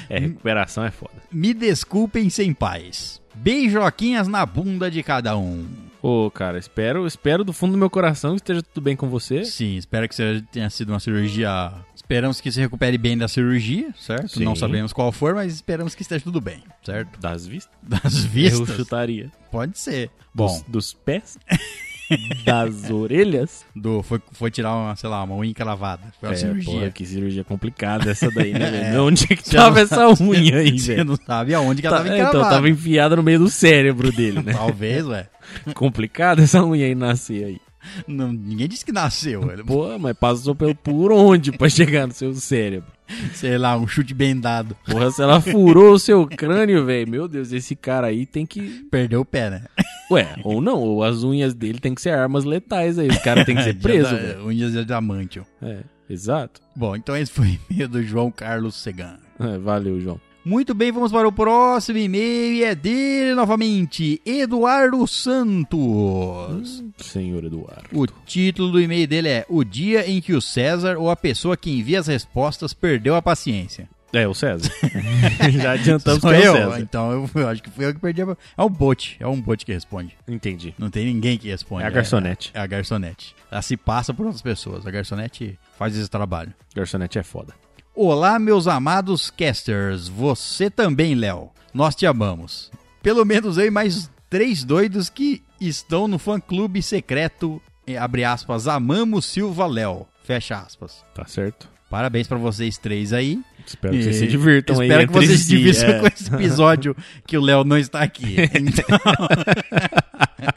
É, recuperação é foda.
Me desculpem sem paz. Beijoquinhas na bunda de cada um.
Ô, cara, espero, espero do fundo do meu coração que esteja tudo bem com você.
Sim, espero que você tenha sido uma cirurgia. Esperamos que se recupere bem da cirurgia, certo?
Sim.
Não sabemos qual for, mas esperamos que esteja tudo bem, certo?
Das vistas,
Das
eu
vistas,
chutaria.
pode ser.
Dos,
Bom,
dos pés, das orelhas.
do, foi, foi tirar uma, sei lá, uma unha encravada. Foi uma cirurgia.
É, porra, que cirurgia complicada essa daí, né? velho? Onde é que tava essa unha aí,
Você
velho?
não sabe aonde que ela
Tá-
tava
então,
encravada.
tava enfiada no meio do cérebro dele, né?
Talvez, ué.
Complicada essa unha aí nascer aí.
Não, ninguém disse que nasceu. Ele-
Pô, mas passou pelo, por onde pra chegar no seu cérebro?
Sei lá, um chute bem dado.
Porra, se ela furou o seu crânio, velho, meu Deus, esse cara aí tem que...
Perdeu o pé, né?
Ué, ou não, ou as unhas dele tem que ser armas letais aí, o cara tem que ser preso, velho.
Unhas de diamante.
É, exato.
Bom, então esse foi o e-mail do João Carlos Segan.
É, valeu, João.
Muito bem, vamos para o próximo e-mail e é dele novamente, Eduardo Santos.
Senhor Eduardo.
O título do e-mail dele é O dia em que o César ou a pessoa que envia as respostas perdeu a paciência.
É, o César. Já adiantamos
Sou
que é
eu,
o César.
então eu, eu acho que fui eu que perdi a... É um bot, é um bot que responde.
Entendi.
Não tem ninguém que responde.
É a garçonete.
É, a garçonete. Ela se passa por outras pessoas. A garçonete faz esse trabalho.
Garçonete é foda.
Olá, meus amados casters. Você também, Léo. Nós te amamos. Pelo menos eu e mais três doidos que estão no fã-clube secreto, eh, abre aspas, Amamos Silva Léo, fecha aspas.
Tá certo?
Parabéns pra vocês três aí.
Espero que vocês
E
se divirtam aí.
Espero que
entre
vocês se
si,
divirtam
é.
com esse episódio que o Léo não está aqui. Então,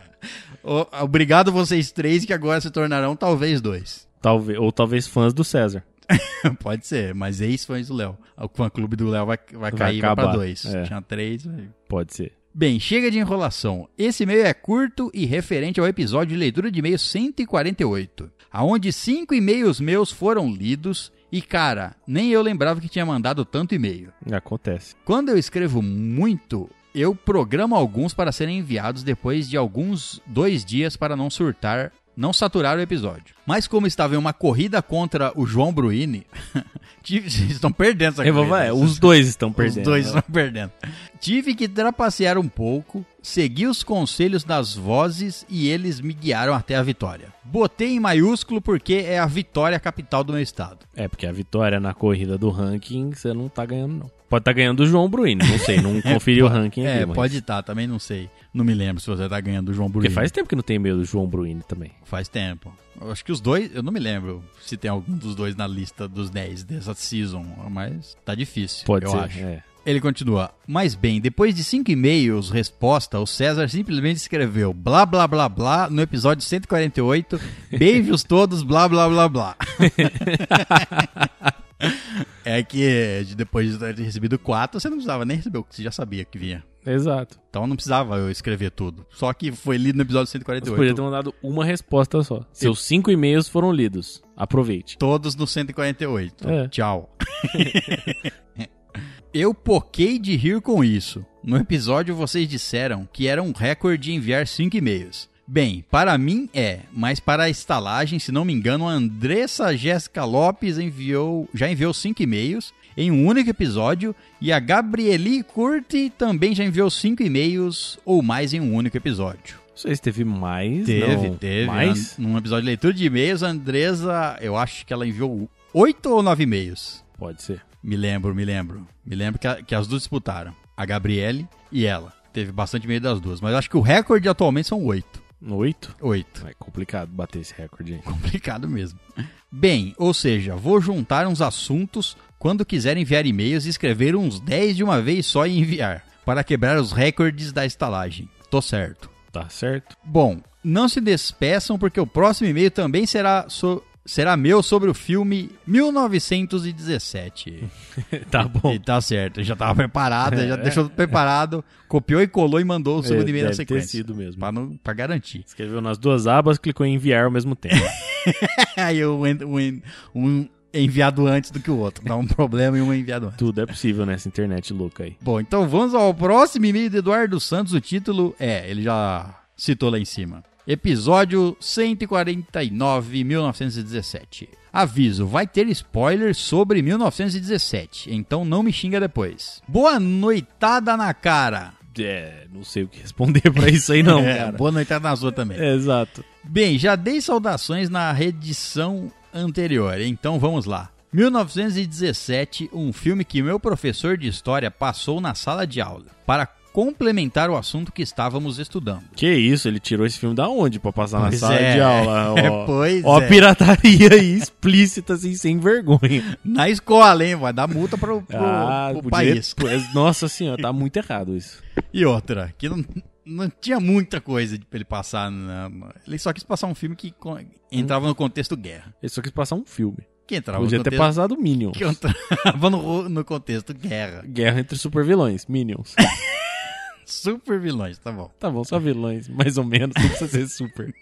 o- Obrigado vocês três que agora se tornarão talvez dois.
Talvez, ou talvez fãs do César.
Pode ser, mas ex-fãs do Léo. O fã-clube do Léo vai, vai cair vai pra
acabar,
dois.
é.
Tinha três. vai-
Pode ser.
Bem, chega de enrolação. Esse e-mail é curto e referente ao episódio de leitura de e-mail 148, aonde cinco e-mails meus foram lidos e, cara, nem eu lembrava que tinha mandado tanto e-mail.
Acontece.
Quando eu escrevo muito, eu programo alguns para serem enviados depois de alguns dois dias para não surtar, não saturar o episódio. Mas como estava em uma corrida contra o João Bruini, tive- vocês estão perdendo essa
Eu vou-
corrida.
é, os dois estão perdendo. né?
Os dois estão perdendo. Tive que trapacear um pouco, segui os conselhos das vozes e eles me guiaram até a vitória. Botei em maiúsculo porque é a vitória capital do meu estado.
É, porque a vitória na corrida do ranking, você não tá ganhando, não. Pode tá ganhando do João Bruini, não sei, não conferi o ranking
É,
aqui, mas-
pode estar, também não sei. Não me lembro se você tá ganhando o João Bruini.
Porque faz tempo que não tem medo do João Bruini também.
Faz tempo. Eu acho que os dois, eu não me lembro se tem algum dos dois na lista dos 10 dessa season, mas tá difícil,
Pode
eu
ser.
acho.
é.
Ele continua. Mas bem, depois de cinco e-mails, resposta, o César simplesmente escreveu blá blá blá blá no episódio 148. Beijos todos, blá blá blá blá. é que depois de ter recebido quatro, você não precisava nem receber o que você já sabia que vinha.
Exato.
Então não precisava eu escrever tudo. Só que foi lido no episódio
Você podia
148.
ter mandado uma resposta só. Seus cinco e-mails foram lidos. Aproveite.
Todos no 148.
É.
Tchau. Eu poquei de rir com isso. No episódio vocês disseram que era um recorde enviar 5 e-mails. Bem, para mim é, mas para a estalagem, se não me engano, a Andressa Jéssica Lopes enviou, já enviou 5 e-mails em um único episódio e a Gabrieli Curti também já enviou 5 e-mails ou mais em um único episódio.
Não sei se teve mais.
Teve,
não.
teve. né?
Mais?
An- Num episódio de leitura de e-mails, a Andresa, eu acho que ela enviou oito ou nove e-mails.
Pode ser.
Me lembro, me lembro. Me lembro que, a- que as duas disputaram. A Gabriele e ela. Teve bastante e-mail das duas. Mas eu acho que o recorde atualmente são oito.
Oito?
Oito.
É complicado bater esse recorde aí.
Complicado mesmo. Bem, ou seja, vou juntar uns assuntos quando quiser enviar e-mails e escrever uns 10 de uma vez só e enviar, para quebrar os recordes da estalagem. Tô certo.
Tá certo?
Bom, não se despeçam porque o próximo e-mail também será, so- será meu sobre o filme 1917.
tá bom.
E tá certo, já tava preparado, já
É.
deixou segundo, copiou e colou e mandou o segundo e-mail na
deve ter
sequência.
sido mesmo.
Pra, não, pra garantir.
Escreveu nas duas abas, clicou em enviar ao mesmo tempo.
Aí eu, en- um, en- um é enviado antes do que o outro. Dá um problema e um é enviado antes.
Tudo é possível nessa internet louca aí.
Bom, então vamos ao próximo e-mail de Eduardo Santos. O título é, ele já citou lá em cima. Episódio 149, 1917. Aviso, vai ter spoiler sobre 1917, então não me xinga depois. Boa noitada na cara.
É, não sei o que responder pra isso aí não,
é,
cara.
boa noitada na sua também.
É, exato.
Bem, já dei saudações na redição anterior, então vamos lá. 1917, um filme que meu professor de história passou na sala de aula para complementar o assunto que estávamos estudando.
Que isso, ele tirou esse filme da onde pra passar
Pois
na sala
é.
de aula? Ó,
Pois
ó
é.
a pirataria aí, explícita, assim, sem vergonha. Ah,
Na escola, hein? Vai dar multa pro, pro, pro
podia-
país.
pois, nossa senhora, tá muito errado isso.
E outra, que não, não tinha muita coisa de- pra ele passar. na- na- ele só quis passar um filme que co- entrava no contexto guerra.
Ele só quis passar um filme.
Que entrava
Podia
no
ter
contexto...
passado Minions.
Que entrava no ro- no contexto guerra.
Guerra entre supervilões, Minions.
Super vilões, tá bom.
tá bom, só vilões, mais ou menos, não precisa ser super.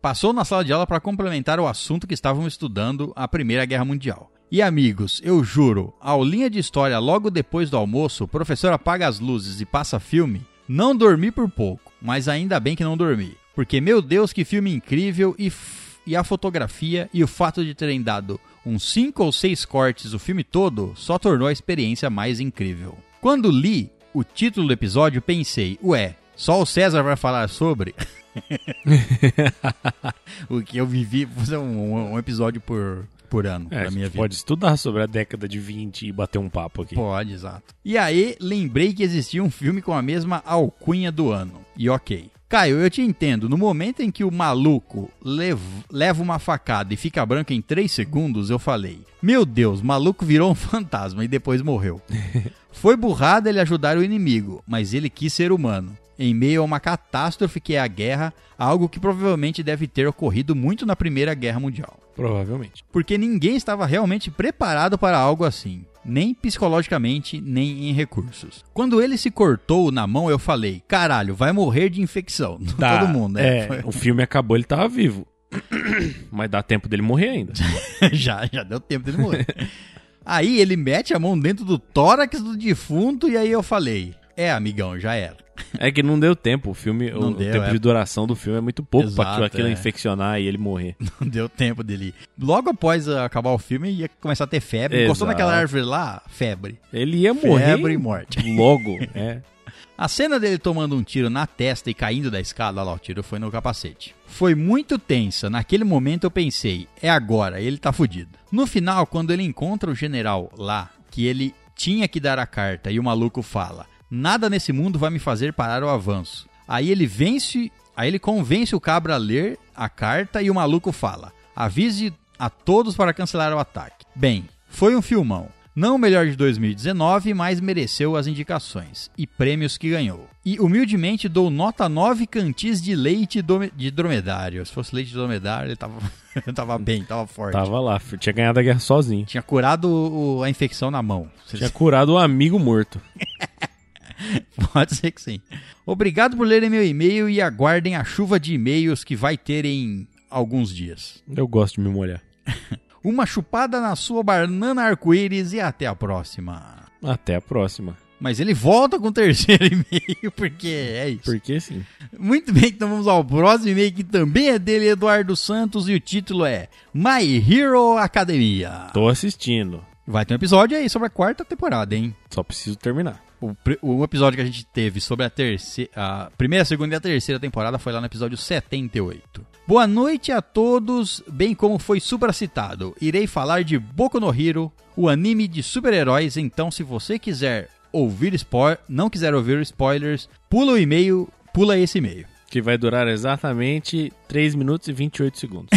Passou na sala de aula para complementar o assunto que estavam estudando, a Primeira Guerra Mundial. E amigos, eu juro, aulinha de história logo depois do almoço, o professor apaga as luzes e passa filme. Não dormi por pouco, mas ainda bem que não dormi. Porque, meu Deus, que filme incrível e, f- e a fotografia e o fato de terem dado uns 5 ou 6 cortes o filme todo só tornou a experiência mais incrível. Quando li o título do episódio, pensei, ué, só o César vai falar sobre? O que eu vivi fazer um, um episódio por, por ano
É,
da minha vida.
pode estudar sobre a década de 20 e bater um papo aqui.
Pode, exato. E aí, lembrei que existia um filme com a mesma alcunha do ano. E ok. Caio, eu te entendo. No momento em que o maluco lev- leva uma facada e fica branco em 3 segundos, eu falei: Meu Deus, maluco virou um fantasma e depois morreu. Foi burrada ele ajudar o inimigo, mas ele quis ser humano. Em meio a uma catástrofe que é a guerra, algo que provavelmente deve ter ocorrido muito na Primeira Guerra Mundial
Provavelmente.
porque ninguém estava realmente preparado para algo assim, nem psicologicamente, nem em recursos. Quando ele se cortou na mão, eu falei: caralho, vai morrer de infecção.
Tá,
Todo mundo, né?
É, o filme acabou, ele tava vivo. Mas dá tempo dele morrer ainda.
já, já deu tempo dele morrer. aí ele mete a mão dentro do tórax do defunto, e aí eu falei: é, amigão, já era.
É que não deu tempo. O filme,
Não
o, o
deu,
tempo
é.
de duração do filme é muito pouco pra
Exato,
aquilo, aquilo
é.
infeccionar e ele morrer.
Não deu tempo dele. Logo após ah, acabar o filme, ia começar a ter febre. Encostou
Exato.
naquela árvore lá, febre.
Ele ia
Febre e
morrer
morte.
logo, é.
A cena dele tomando um tiro na testa e caindo da escada, olha lá, o tiro foi no capacete. Foi muito tensa. Naquele momento eu pensei, é agora, ele tá fudido. No final, quando ele encontra o general lá, que ele tinha que dar a carta, e o maluco fala: Nada nesse mundo vai me fazer parar o avanço. Aí ele vence. Aí ele convence o cabra a ler a carta e o maluco fala: Avise a todos para cancelar o ataque. Bem, foi um filmão. Não o melhor de 2019, mas mereceu as indicações e prêmios que ganhou. E humildemente dou nota 9 cantis de leite dome- de dromedário. Se fosse leite de dromedário, ele tava, ele tava bem, tava forte.
Tava lá, f- tinha ganhado a guerra sozinho.
Tinha curado o- a infecção na mão.
Tinha curado o amigo morto.
Pode ser que sim. Obrigado por lerem meu e-mail e aguardem a chuva de e-mails que vai ter em alguns dias.
Eu gosto de me molhar.
Uma chupada na sua banana arco-íris e até a próxima.
Até a próxima.
Mas ele volta com o terceiro e-mail, porque é isso.
Porque sim.
Muito bem, então vamos ao próximo e-mail que também é dele, Eduardo Santos, e o título é My Hero Academia.
Tô assistindo.
Vai ter um episódio aí sobre a quarta temporada, hein?
Só preciso terminar.
O, pri- o episódio que a gente teve sobre a, terceira, a primeira, segunda e a terceira temporada foi lá no episódio 78. Boa noite a todos, bem como foi supracitado, irei falar de Boku no Hero, o anime de super-heróis, então se você quiser ouvir spoiler, não quiser ouvir spoilers, pula o e-mail, pula esse e-mail.
que vai durar exatamente 3 minutos e 28 segundos.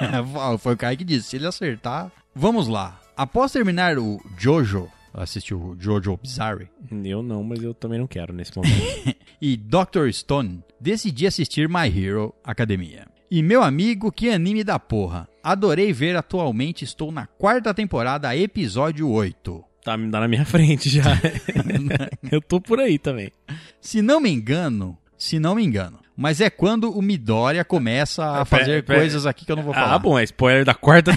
É, Foi o Kai que disse, se ele acertar... Vamos lá. Após terminar o Jojo, assistiu o Jojo Bizarre,
eu não, mas eu também não quero nesse momento.
e Dr. Stone, decidi assistir My Hero Academia. E meu amigo, que anime da porra. Adorei ver atualmente, estou na quarta temporada, episódio 8.
tá, me dá na minha frente já. eu tô por aí também.
Se não me engano, se não me engano, mas é quando o Midoriya começa a
Ah, pera-
fazer
pera-
coisas aqui que eu não vou falar.
Ah, bom, é spoiler da quarta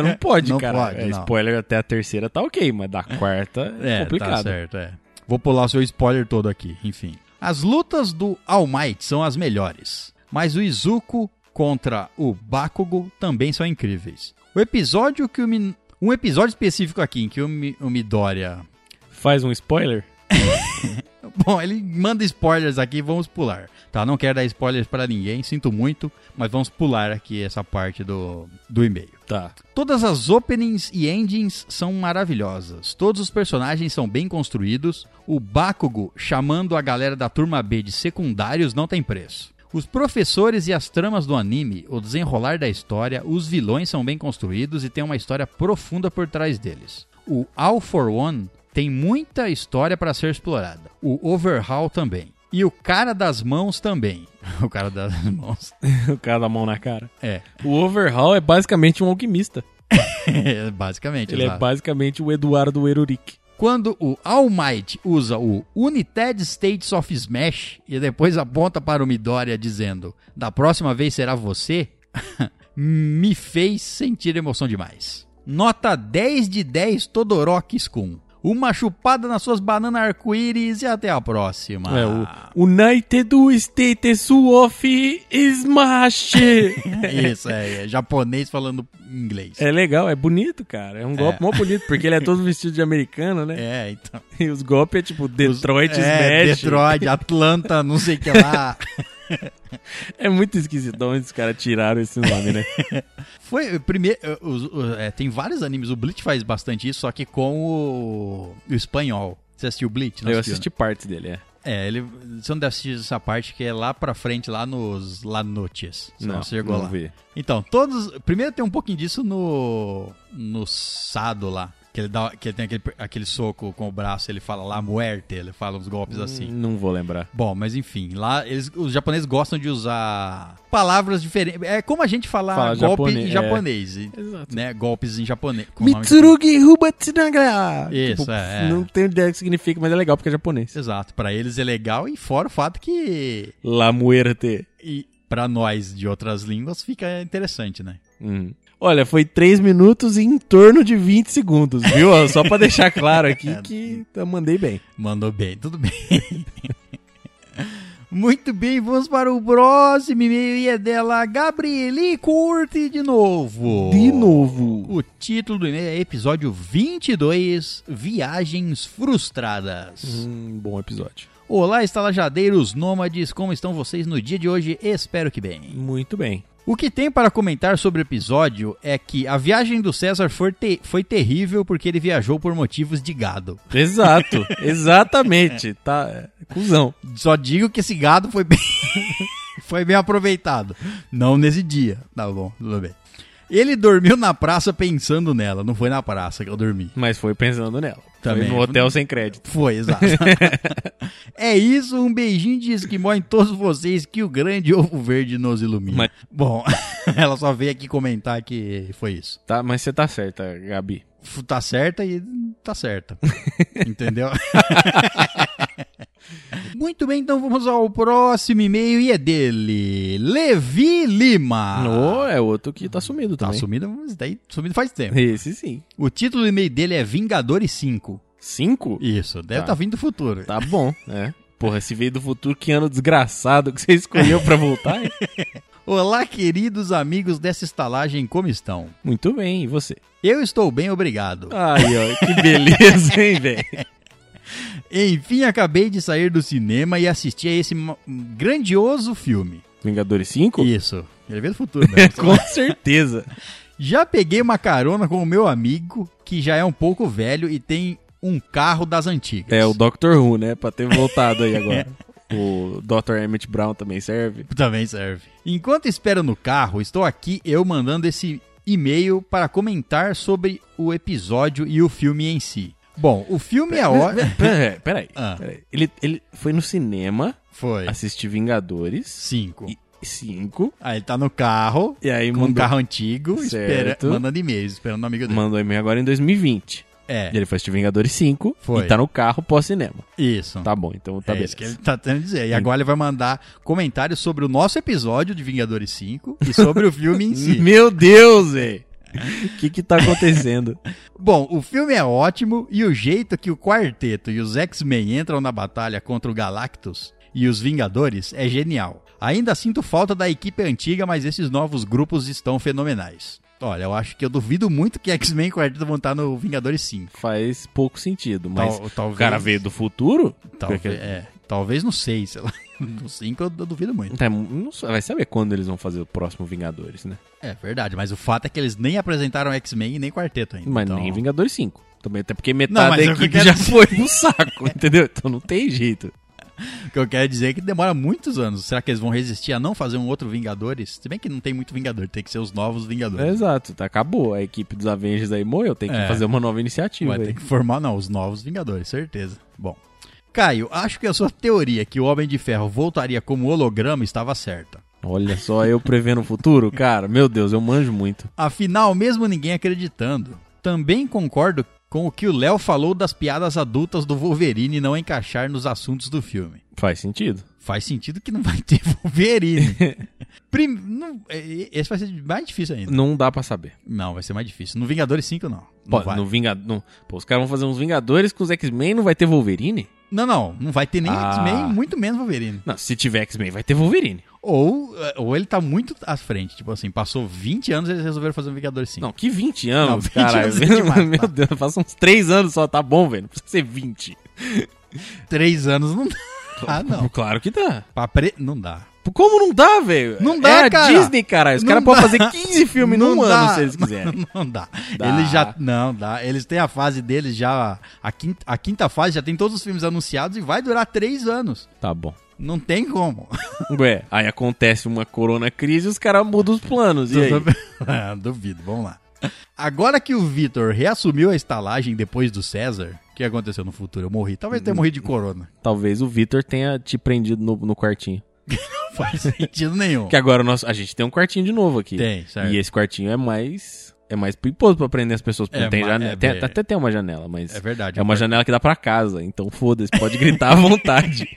não pode,
Não
cara.
pode,
É,
não.
Spoiler até a terceira tá ok, mas da quarta é,
É, tá
complicado.
certo, é. Vou pular o seu spoiler todo aqui, enfim. As lutas do All Might são as melhores, mas o Izuku contra o Bakugo também são incríveis. O episódio que o Min... Um episódio específico aqui em que o, Mi... o Midoriya...
Faz um spoiler?
Bom, ele manda spoilers aqui, vamos pular. Tá, não quero dar spoilers pra ninguém, sinto muito, mas vamos pular aqui essa parte do, do e-mail.
Tá.
Todas as openings e endings são maravilhosas. Todos os personagens são bem construídos. O Bakugo chamando a galera da turma B de secundários não tem preço. Os professores e as tramas do anime, o desenrolar da história, os vilões são bem construídos e tem uma história profunda por trás deles. O All for One tem muita história para ser explorada. O Overhaul também. E o cara das mãos também. O cara das mãos.
O cara da mão na cara.
É,
O Overhaul é basicamente um alquimista.
basicamente.
Ele é
exato.
basicamente o Eduardo Erurik.
Quando o All Might usa o United States of Smash e depois aponta para o Midoriya dizendo: "Da próxima vez será você", me fez sentir emoção demais. Nota 10 de 10 Todoroki Kun. Uma chupada nas suas bananas arco-íris e até a próxima.
É
Ah.
o United States of Smash.
Isso é, é japonês falando inglês.
é legal, é bonito, cara. É um golpe mó bonito, porque ele é todo vestido de americano, né?
É, então.
E os golpes é tipo Detroit
é,
Smash.
Detroit, Atlanta, não sei o que lá.
É muito esquisitão onde os caras tiraram esse nome, né?
Foi primeiro. os- os- é, tem vários animes. O Bleach faz bastante isso, só que com o, o espanhol. Você assistiu Bleach? Não
Eu
assistiu,
assisti partes dele, é.
né? É, ele, você não deve assistir essa parte que é lá pra frente, lá nos La Noches. Não, você chegou
não
lá.
vi.
Então, todos. Primeiro tem um pouquinho disso no. No Sado lá. Que ele, dá, que ele tem aquele, aquele soco com o braço, ele fala lá muerte, ele fala uns golpes
Hum.
assim.
Não vou lembrar.
Bom, mas enfim, lá eles, os japoneses gostam de usar palavras diferentes. É como a gente falar
Fala
golpe
japone-
em
é.
japonês, e-
Exato.
né? Golpes em japonês. com nome japonês.
Mitsurugi Ruba Tsunaga!
Isso, é, é.
Não tenho ideia do que significa, mas é legal porque é japonês.
Exato, pra eles é legal e fora o fato que
La Muerte.
e para nós de outras línguas fica interessante, né?
Hum. Olha, foi 3 minutos e em torno de 20 segundos, viu? Só pra deixar claro
É.
aqui que eu mandei bem.
Mandou bem, tudo bem. Muito bem, vamos para o próximo e-mail e é dela Gabrieli Curte de novo.
De novo.
O título do e-mail é episódio 22, Viagens Frustradas.
Hum, bom episódio.
Olá, estalajadeiros nômades, como estão vocês no dia de hoje? Espero que bem.
Muito bem.
O que tem para comentar sobre o episódio é que a viagem do César foi, te- foi terrível porque ele viajou por motivos de gado.
Exato, exatamente. Tá, é, cuzão.
Só digo que esse gado foi bem, foi bem aproveitado. Não nesse dia. Tá bom, tudo bem. Ele dormiu na praça pensando nela. Não foi na praça que eu dormi.
Mas foi pensando nela.
Também.
Foi no hotel sem crédito.
Foi, exato. é isso, um beijinho de esquimó em todos vocês que o grande ovo verde nos ilumina.
Mas-
Bom, ela só veio aqui comentar que foi isso.
Tá, mas você tá certa, Gabi.
F- tá certa e tá certa. Entendeu? Muito bem, então vamos ao próximo e-mail e é dele, Levi Lima.
No, é outro que tá sumido
Ah. Tá
também.
sumido, mas daí sumido faz tempo.
Esse sim.
O título do e-mail dele é Vingadores 5.
Cinco?
Isso, deve
Tá.
estar vindo do futuro.
Tá bom, né? Porra, se veio do futuro, que ano desgraçado que você escolheu pra voltar. hein?
Olá, queridos amigos dessa estalagem, como estão?
Muito bem, e você?
Eu estou bem, obrigado.
Ai, ó, que beleza, hein, velho?
Enfim, acabei de sair do cinema e assisti a esse ma- grandioso filme.
Vingadores 5?
Isso, ele veio do futuro né? mesmo.
Com certeza.
Já peguei uma carona com o meu amigo, que já é um pouco velho e tem um carro das antigas.
É o Doctor Who, né? Pra ter voltado aí agora. O Dr. Emmett Brown também serve.
Também serve. Enquanto espero no carro, estou aqui eu mandando esse e-mail para comentar sobre o episódio e o filme em si. Bom, o filme é ótimo.
Peraí, peraí.
Ah.
peraí. Ele, ele foi no cinema
Foi.
assistir Vingadores
Cinco.
5.
Aí ele tá no carro,
E aí
com um
mandou,
carro antigo, espera,
Certo.
mandando e-mails, esperando um amigo dele.
mandou e-mail agora em 2020.
É,
E ele foi assistir Vingadores 5
Foi.
e tá no carro pós-cinema.
isso.
Tá bom, então tá
é
bem.
isso que ele tá tentando dizer. E agora ele vai mandar comentários sobre o nosso episódio de Vingadores 5 e sobre o filme em si.
Meu Deus, velho! O que que tá acontecendo?
Bom, o filme é ótimo e o jeito que o quarteto e os X-Men entram na batalha contra o Galactus e os Vingadores é genial. Ainda sinto falta da equipe antiga, mas esses novos grupos estão fenomenais. Olha, eu acho que eu duvido muito que X-Men e Quarteto vão estar no Vingadores 5.
Faz pouco sentido, mas
Tal-
o
talvez-
cara veio do futuro?
Talvez,
Porque-
é, talvez no 6, sei lá. No 5 eu eu duvido muito.
Tá, não sei, vai saber quando eles vão fazer o próximo Vingadores, né?
É verdade, mas o fato é que eles nem apresentaram X-Men e nem Quarteto ainda.
Mas
então-
nem Vingadores 5. Também, até porque
Não,
metade
mas
da
eu
equipe
quero
já
dizer- É.
foi pro saco, entendeu? Então não tem jeito.
O que eu quero dizer é que demora muitos anos. Será que eles vão resistir a não fazer um outro Vingadores? Se bem que não tem muito Vingador, tem que ser os novos Vingadores.
Exato, tá, acabou. A equipe dos Avengers aí morreu, tem que
Então. É.
fazer uma nova
Vai
iniciativa.
ter
aí.
que formar, não, os novos Vingadores, certeza. Bom. Caio, acho que a sua teoria que o Homem de Ferro voltaria como holograma estava certa.
Olha só, eu prevendo o futuro, cara. Meu Deus, eu manjo muito.
Afinal, mesmo ninguém acreditando. Também concordo com o que o Léo falou das piadas adultas do Wolverine não encaixar nos assuntos do filme.
Faz sentido.
Faz sentido que não vai ter Wolverine. Prim- não, é, esse vai ser mais difícil ainda.
Não dá pra saber.
Não, vai ser mais difícil. No Vingadores 5, não. Não,
Pô,
vai.
no Vinga- no- Pô, os caras vão fazer uns Vingadores com os X-Men não vai ter Wolverine?
não, não. Não vai ter nem
Ah.
X-Men, muito menos Wolverine.
Não, se tiver X-Men, vai ter Wolverine.
Ou, eh, ou ele tá muito à frente. Tipo assim, passou 20 anos e eles resolveram fazer um Vingadores 5.
Não, que 20 anos,
Não, 20
caralho.
anos é demais,
Meu
tá.
Deus, passa uns 3 anos só, tá bom, velho. Não precisa ser 20.
3 anos não dá. Ah, não.
Claro que dá.
Pra pre... Não dá.
Como não dá, velho?
Não dá,
é a
cara.
Disney, caralho. Os
Não
caras podem
dá.
fazer 15 filmes
Não
num
dá.
ano se eles quiserem.
Não dá.
Dá.
Eles já. Não, dá. Eles têm a fase deles já. A quinta, a quinta fase já tem todos os filmes anunciados e vai durar 3 anos.
Tá bom.
Não tem como.
Ué, aí acontece uma corona crise e os caras mudam os planos. E aí?
Ah, Duvido, vamos lá. Agora que o Vitor reassumiu a estalagem depois do César, o que aconteceu no futuro? Eu morri. Talvez
Hum.
tenha morrido de corona.
Talvez o Vitor tenha te prendido no, no quartinho.
Não faz sentido nenhum.
Que agora o nosso, a gente tem um quartinho de novo aqui.
Tem, certo.
E esse quartinho é mais. É mais perigoso pra prender as pessoas. Porque
É
não tem
ma-
janela.
é
tem-
bem-
até tem uma janela, mas.
É verdade.
É uma janela que dá pra casa, então foda-se, pode gritar à vontade.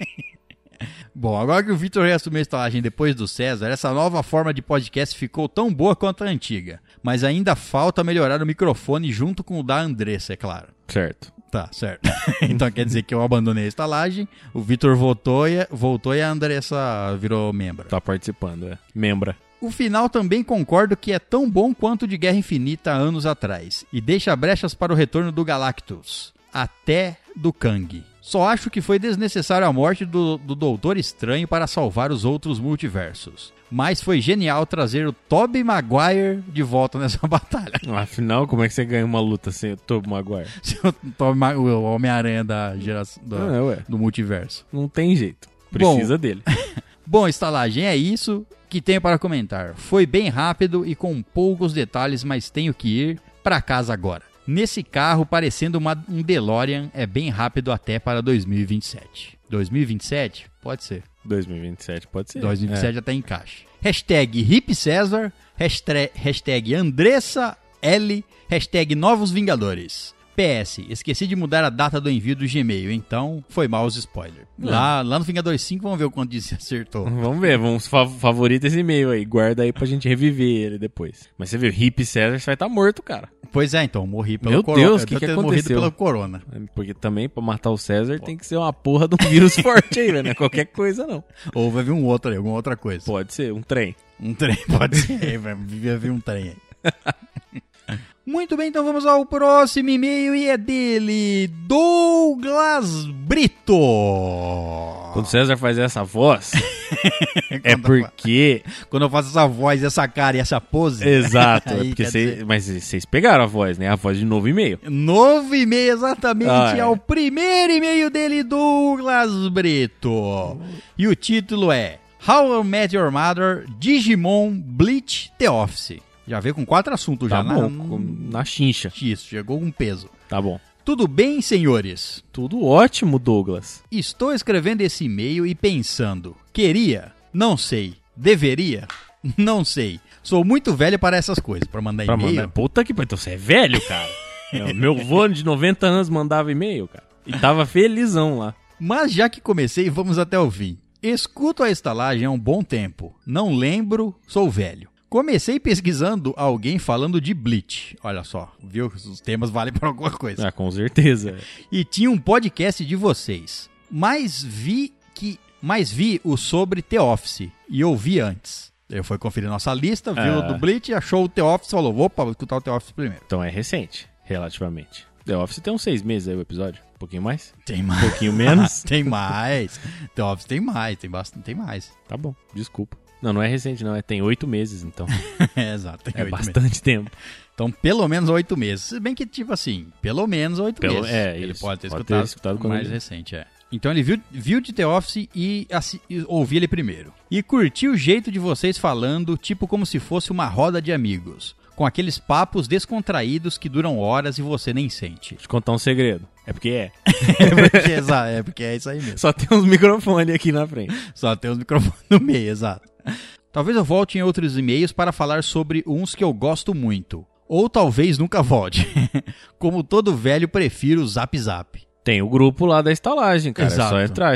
Bom, agora que o Vitor reassumiu a estalagem depois do César, essa nova forma de podcast ficou tão boa quanto a antiga. Mas ainda falta melhorar o microfone junto com o da Andressa, é claro.
Certo.
Tá, certo. então quer dizer que eu abandonei a estalagem, o Vitor voltou e, voltou e a Andressa virou membro.
Tá participando, é. Membra.
O final também concordo que é tão bom quanto o de Guerra Infinita há anos atrás, e deixa brechas para o retorno do Galactus, até do Kang. Só acho que foi desnecessário a morte do, do Doutor Estranho para salvar os outros multiversos. Mas foi genial trazer o Tobey Maguire de volta nessa batalha.
Afinal, como é que você ganha uma luta sem o Tobey Maguire?
Se o Tobey Ma- o Homem-Aranha da geração do,
Não, é, ué.
do multiverso.
Não tem jeito. Precisa dele.
Bom, estalagem, é isso que tenho para comentar. Foi bem rápido e com poucos detalhes, mas tenho que ir para casa agora. Nesse carro, parecendo uma- um DeLorean, é bem rápido até para 2027. 2027? Pode ser.
2027 pode ser.
2027 até encaixa. tá Hashtag Hip César, hashtag, hashtag Andressa L, hashtag Novos Vingadores. PS, esqueci de mudar a data do envio do Gmail, então foi mal os spoilers. Lá, lá no Vingadores 5, vamos ver o quanto disso acertou.
É. Vamos ver, vamos fa favorita esse e-mail aí. Guarda aí pra gente reviver ele depois. Mas você viu, Hip César vai estar morto, cara.
Pois é, então, morri pelo
Meu
corona.
Deus,
Eu
que
devo
que
ter morrido
aconteceu?
pelo corona.
Porque também, pra matar o César, tem que ser uma porra de um vírus forte aí, velho. Não é qualquer coisa, não.
Ou vai vir um outro aí, alguma outra coisa.
Pode ser, um trem.
Um trem, pode ser. Vai vir vai vir um trem aí. Muito bem, então vamos ao próximo e-mail e é dele, Douglas Brito.
Quando o César faz essa voz, é porque.
Quando eu faço essa voz, essa cara e essa pose.
Exato, é
Aí,
porque
quer
cê-
dizer-
mas vocês pegaram a voz, né? A voz de novo e-mail.
Novo e-mail, exatamente,
Ah, é.
é o primeiro e-mail dele, Douglas Brito. E o título é How I Met Your Mother, Digimon, Bleach, The Office. Já veio com quatro assuntos
Tá
já na- hum.
bom, com- na chincha.
Isso, chegou um peso.
Tá bom.
Tudo bem, senhores?
Tudo ótimo, Douglas.
Estou escrevendo esse e-mail e pensando: queria? Não sei. Deveria? Não sei. Sou muito velho para essas coisas, para mandar
Pra
É e-mail.
mandar. Puta que pariu. Então você é velho, cara. É, meu vô de 90 anos mandava e-mail, cara. E tava felizão lá.
Mas já que comecei, vamos até o fim. Escuto a estalagem há um bom tempo. Não lembro, sou velho. Comecei pesquisando alguém falando de Bleach. Olha só, viu? Os temas valem para alguma coisa.
Ah, com certeza.
e tinha um podcast de vocês. Mas vi que. Mas vi o sobre The Office e ouvi antes. Eu fui conferir nossa lista, viu
Ah.
o do Bleach, achou o The Office, falou: opa, vou escutar o The Office primeiro.
Então é recente, relativamente. The Office tem uns seis meses aí o episódio. Um pouquinho mais?
Tem
Um
mais.
pouquinho menos?
tem mais. The Office tem mais, tem bastante, tem mais.
tá bom, desculpa. Não, não é recente, não. É, tem oito meses, então.
é, exato, tem
É
oito meses.
bastante tempo.
Então, pelo menos oito meses. Se bem que, tipo assim, pelo menos oito
Pelo-
meses.
é,
ele
isso.
pode ter
Pode
escutado,
ter escutado quando
mais
ele-
recente, é. Então ele viu, viu de The Office e, assi- e ouvi ele primeiro. E curti o jeito de vocês falando, tipo como se fosse uma roda de amigos. Com aqueles papos descontraídos que duram horas e você nem sente.
Deixa eu contar um segredo. É porque é.
É porque, exa- é, porque é isso aí mesmo.
Só tem uns microfones aqui na frente.
Só tem os microfones no meio, exato. Talvez eu volte em outros e-mails para falar sobre uns que eu gosto muito. Ou talvez nunca volte. Como todo velho, prefiro o Zap Zap.
Tem o grupo lá da estalagem, cara. É
Exato.
só entrar,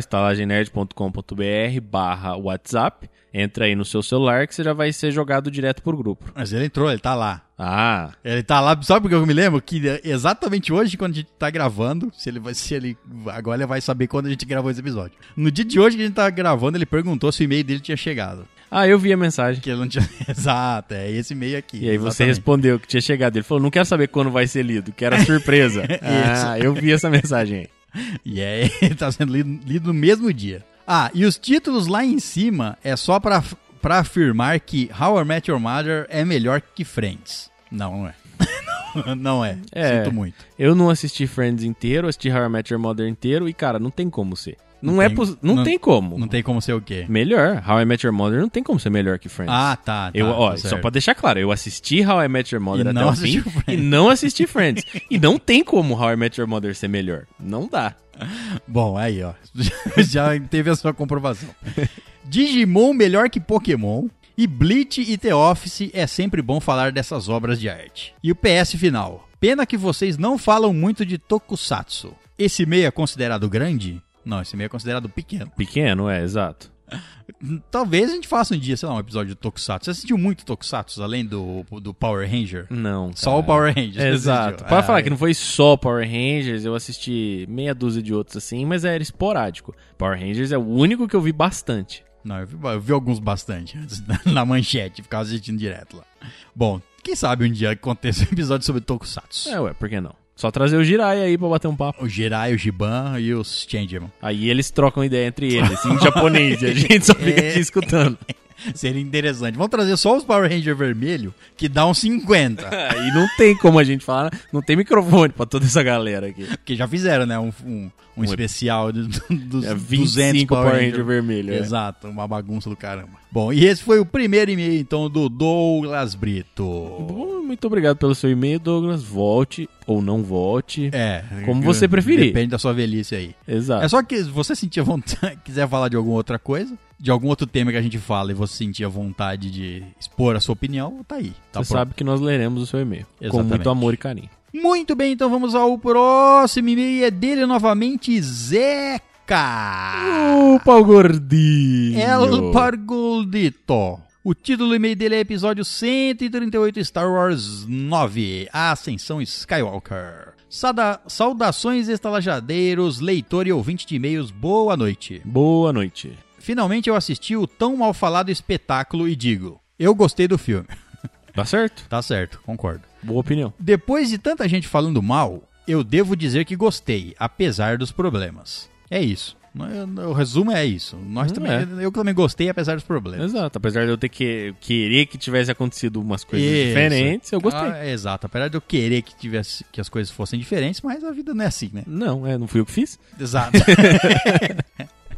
estalagemnerd.com.br barra WhatsApp. Entra aí no seu celular que você já vai ser jogado direto pro grupo.
Mas ele entrou, ele tá lá.
Ah,
Ele tá lá, sabe porque eu me lembro? Que exatamente hoje, quando a gente tá gravando, se ele vai. Se ele, agora ele vai saber quando a gente gravou esse episódio. No dia de hoje que a gente tá gravando, ele perguntou se o e-mail dele tinha chegado.
ah eu vi a mensagem.
Que ele não tinha. Exato, é esse e-mail aqui.
E aí você
exatamente.
respondeu que tinha chegado. Ele falou, não quero saber quando vai ser lido, quero a surpresa. ah, eu vi essa mensagem aí.
E é, ele tá sendo lido, lido no mesmo dia. Ah, e os títulos lá em cima é só pra, pra afirmar que How I Met Your Mother é melhor que Friends. Não, não é. Não, não é.
É.
Sinto muito.
Eu não assisti Friends inteiro, assisti How I Met Your Mother inteiro e, cara, não tem como ser. Não,
Não
é
tem-
poss... não,
não-
tem como.
Não tem como ser o quê?
Melhor. How I Met Your Mother não tem como ser melhor que Friends.
Ah, tá. tá,
Eu, ó,
tá
só
certo.
pra deixar claro, eu assisti How I Met Your Mother
E
até
não
o fim
assistiu Friends.
e não assisti Friends. e não tem como How I Met Your Mother ser melhor. Não dá.
Bom, aí, ó. Já teve a sua comprovação. Digimon melhor que Pokémon. E Bleach e The Office é sempre bom falar dessas obras de arte. E o PS final. Pena que vocês não falam muito de Tokusatsu. Esse meio é considerado grande? Não, esse meio é considerado pequeno.
Pequeno, é, exato.
Talvez a gente faça um dia, sei lá, um episódio de Tokusatsu. Você assistiu muito Tokusatsu, além do, do Power Ranger?
Não.
Só o
cara.
Power Ranger. você
É. Exato.
assistiu.
Para
Ah,
falar que não foi só Power Rangers, eu assisti meia dúzia de outros assim, mas era esporádico. Power Rangers é o único que eu vi bastante.
Não, eu vi, eu vi alguns bastante antes, na, na manchete, ficava assistindo direto lá. Bom, quem sabe um dia aconteça um episódio sobre Tokusatsu.
É, ué, por que não? Só trazer o Jiraiya aí pra bater um papo.
O Jirai, o Giban e os Changeman.
Aí eles trocam ideia entre eles, em japonês, e a gente só fica
É.
aqui escutando.
Seria interessante. Vamos trazer só os Power Ranger vermelho, que dá uns 50.
Aí não tem como a gente falar, não tem microfone pra toda essa galera aqui.
Porque já fizeram, né? Um, um, um especial do- do- dos 200
É 25 Power Ranger vermelho. é.
Exato, uma bagunça do caramba. Bom, e esse foi o primeiro e-mail, então, do Douglas Brito.
Bom, Muito obrigado pelo seu e-mail, Douglas. Volte ou não volte.
É.
Como você preferir.
Depende da sua velhice aí.
Exato.
É só que se você sentir vontade, quiser falar de alguma outra coisa, de algum outro tema que a gente fala e você sentir a vontade de expor a sua opinião, tá aí. Tá pronto.
Você sabe que nós leremos o seu e-mail. Com
Exatamente.
muito amor e carinho.
Muito bem, então vamos ao próximo e-mail e é dele novamente, Zeca.
Opa, o gordinho!
El Pargoldito. O título do e-mail dele é episódio 138 Star Wars 9, A Ascensão Skywalker. Sada- Saudações estalajadeiros, leitor e ouvinte de e-mails, boa noite.
Boa noite.
Finalmente eu assisti o tão mal falado espetáculo e digo: eu gostei do filme.
Tá certo.
Tá certo, concordo.
Boa opinião.
Depois de tanta gente falando mal, eu devo dizer que gostei, apesar dos problemas. É isso. O resumo é isso. Nós
Hum,
também,
é. Hum,
Eu também gostei, apesar dos problemas.
Exato. Apesar de eu ter que querer que tivesse acontecido umas coisas
Isso.
diferentes, eu gostei.
Ah, exato, apesar de eu querer que, tivesse, que as coisas fossem diferentes, mas a vida não é assim, né?
Não, é, não fui eu que fiz.
Exato.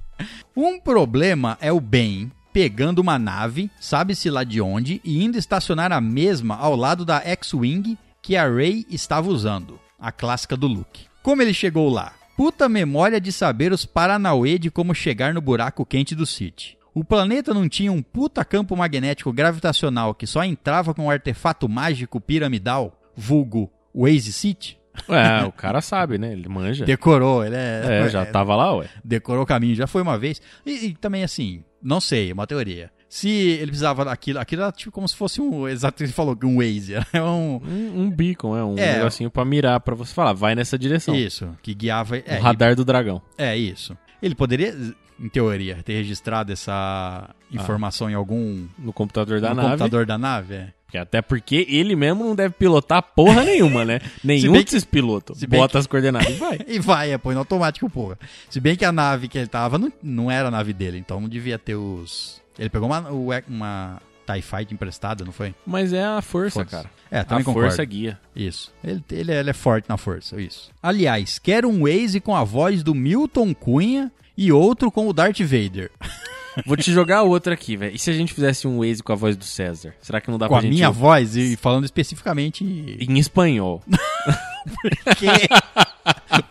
um problema é o Ben pegando uma nave, sabe-se lá de onde, e indo estacionar a mesma ao lado da X-Wing que a Rey estava usando, a clássica do Luke. Como ele chegou lá? Puta memória de saber os Paranauê de como chegar no buraco quente do City. O planeta não tinha um puta campo magnético gravitacional que só entrava com um artefato mágico piramidal, vulgo Waze City?
É, o cara sabe, né? Ele manja.
Decorou, ele é...
É, já tava lá, ué.
decorou o caminho, já foi uma vez. E, e também assim, não sei, é uma teoria. Se ele precisava daquilo, aquilo era tipo como se fosse um. Exato, que ele falou que um Waze. Era um.
Um, um beacon, é um
É.
negocinho pra mirar, pra você falar, vai nessa direção.
Isso, que guiava.
O
É,
radar do dragão.
é isso. Ele poderia, em teoria, ter registrado essa informação em algum
No computador Ah. da
no
nave.
computador da nave. é.
Que Até porque ele mesmo não deve pilotar porra nenhuma, né? Nenhum
bem que-
desses pilotos.
se bem
Bota as coordenadas e vai.
E vai, é, põe no automático, porra. Se bem que a nave que ele tava não, não era a nave dele, então não devia ter os. Ele pegou uma, o- uma TIE Fight emprestada, não foi?
Mas é a força, cara.
É,
A
também concordo.
força guia.
Isso. Ele, ele, é- ele é forte na força, isso. Aliás, quero um Waze com a voz do Milton Cunha e outro com o Darth Vader.
Vou te jogar outra aqui, velho. E se a gente fizesse um Waze com a voz do César? Será que não dá
com
pra
a
gente...
minha voz e falando especificamente.
Em espanhol.
Por quê?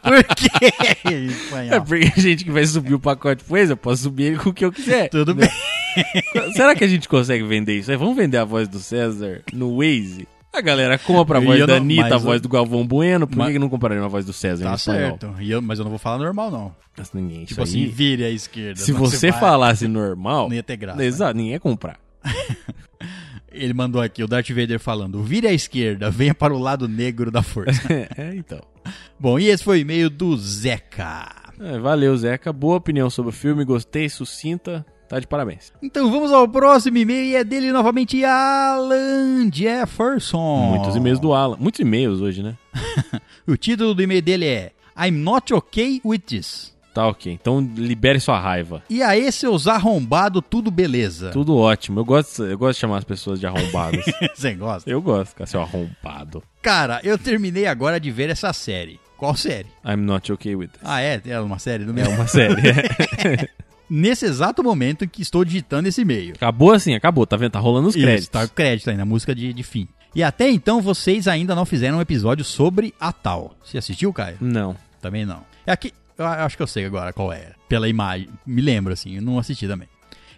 Por quê? em espanhol?
É porque a gente que vai subir o pacote pro Waze, eu posso subir ele com o que eu quiser.
Tudo bem.
Será que a gente consegue vender isso? aí? Vamos vender a voz do César no Waze? A galera compra a
E
voz
eu
da
não-
Anitta,
mas
a
eu-
voz do Galvão Bueno. Por
Mas-
que que não compraram a voz do César em
Tá
espanhol?
certo. E eu- mas eu não vou falar normal, não.
Mas ninguém, isso
Tipo
aí-
assim, vire à esquerda.
Se
não,
você
vai-
falasse normal...
Não ia ter graça. né?
Exato, ninguém ia comprar.
Ele mandou aqui o Darth Vader falando: vire à esquerda, venha para o lado negro da força.
é, então.
Bom, e esse foi o e-mail do Zeca.
É, valeu, Zeca. Boa opinião sobre o filme. Gostei, sucinta. Tá de parabéns.
Então vamos ao próximo e-mail e é dele novamente, Alan Jefferson.
Muitos e-mails do Alan. Muitos e-mails hoje, né?
O título do e-mail dele é I'm Not Okay With This.
Tá ok. Então libere sua raiva.
E aí, seus arrombados, tudo beleza.
Tudo ótimo. Eu gosto, eu gosto de chamar as pessoas de arrombadas.
Você gosta?
eu gosto, cara, seu arrombado.
Cara, eu terminei agora de ver essa série. Qual série?
I'm not okay with this.
Ah, é? É uma série do mesmo.
Uma série. é.
Nesse exato momento em que estou digitando esse e-mail.
acabou assim, acabou. Tá vendo? Tá rolando os créditos.
Isso, tá o crédito ainda, a música de, de fim. E até então vocês ainda não fizeram um episódio sobre a tal. Você assistiu, Caio?
Não.
Também não. É aqui, eu acho que eu sei agora qual era, pela imagem. Me lembro assim, eu não assisti também.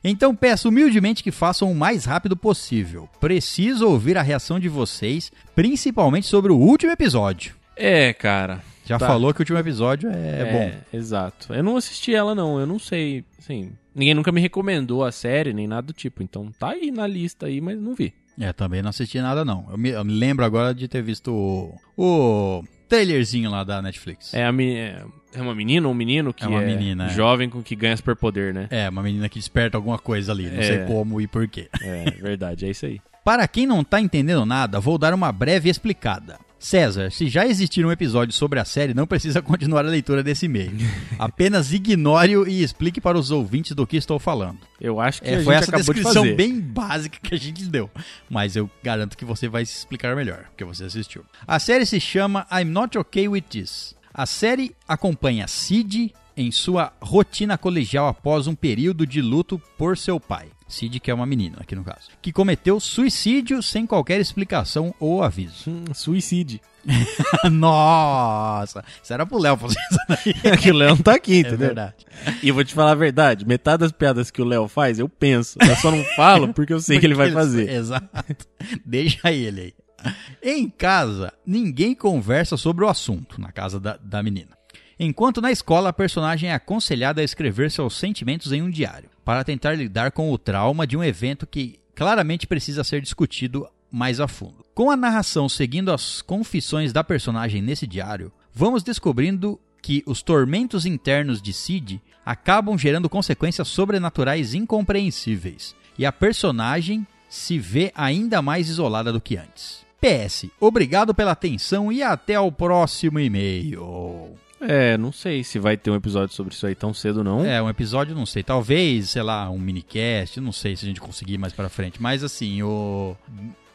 Então peço humildemente que façam o mais rápido possível. Preciso ouvir a reação de vocês, principalmente sobre o último episódio.
É, cara.
Já
Tá.
falou que o último episódio é, bom.
Exato. Eu não assisti ela, não. Eu não sei. Assim, ninguém nunca me recomendou a série, nem nada do tipo. Então tá aí na lista aí, mas não vi.
É, também não assisti nada não. Eu me, eu me lembro agora de ter visto o, o trailerzinho lá da Netflix.
É, a meni- é- é uma menina ou um menino que é,
É uma menina, é.
jovem com que ganha superpoder, né?
É, uma menina que desperta alguma coisa ali, não
É.
sei como e porquê.
É, verdade, é isso aí.
Para quem não tá entendendo nada, vou dar uma breve explicada. César, se já existir um episódio sobre a série, não precisa continuar a leitura desse e-mail. Apenas ignore-o e explique para os ouvintes do que estou falando.
Eu acho que
É,
a
foi
gente
essa
acabou de
descrição
fazer.
bem básica que a gente deu. Mas eu garanto que você vai se explicar melhor, porque você assistiu. A série se chama I'm Not Okay With This. A série acompanha Sid em sua rotina colegial após um período de luto por seu pai. Sid, que é uma menina aqui no caso, que cometeu suicídio sem qualquer explicação ou aviso.
Hum, suicídio.
Nossa! Isso era pro Léo fazer isso daí.
que o Léo não tá aqui,
É
entendeu?
verdade.
e eu vou te falar a verdade, metade das piadas que o Léo faz, eu penso. Eu só não falo porque eu sei que ele vai
é,
fazer.
Exato. Deixa ele aí. Em casa, ninguém conversa sobre o assunto, na casa da, da menina. Enquanto na escola, a personagem é aconselhada a escrever seus sentimentos em um diário, para tentar lidar com o trauma de um evento que claramente precisa ser discutido mais a fundo. Com a narração seguindo as confissões da personagem nesse diário, vamos descobrindo que os tormentos internos de Sid acabam gerando consequências sobrenaturais incompreensíveis, e a personagem se vê ainda mais isolada do que antes. PS, obrigado pela atenção e até o próximo e-mail.
É, não sei se vai ter um episódio sobre isso aí tão cedo, não.
É, um episódio, não sei. Talvez, sei lá, um minicast, não sei se a gente conseguir mais pra frente. Mas assim, o.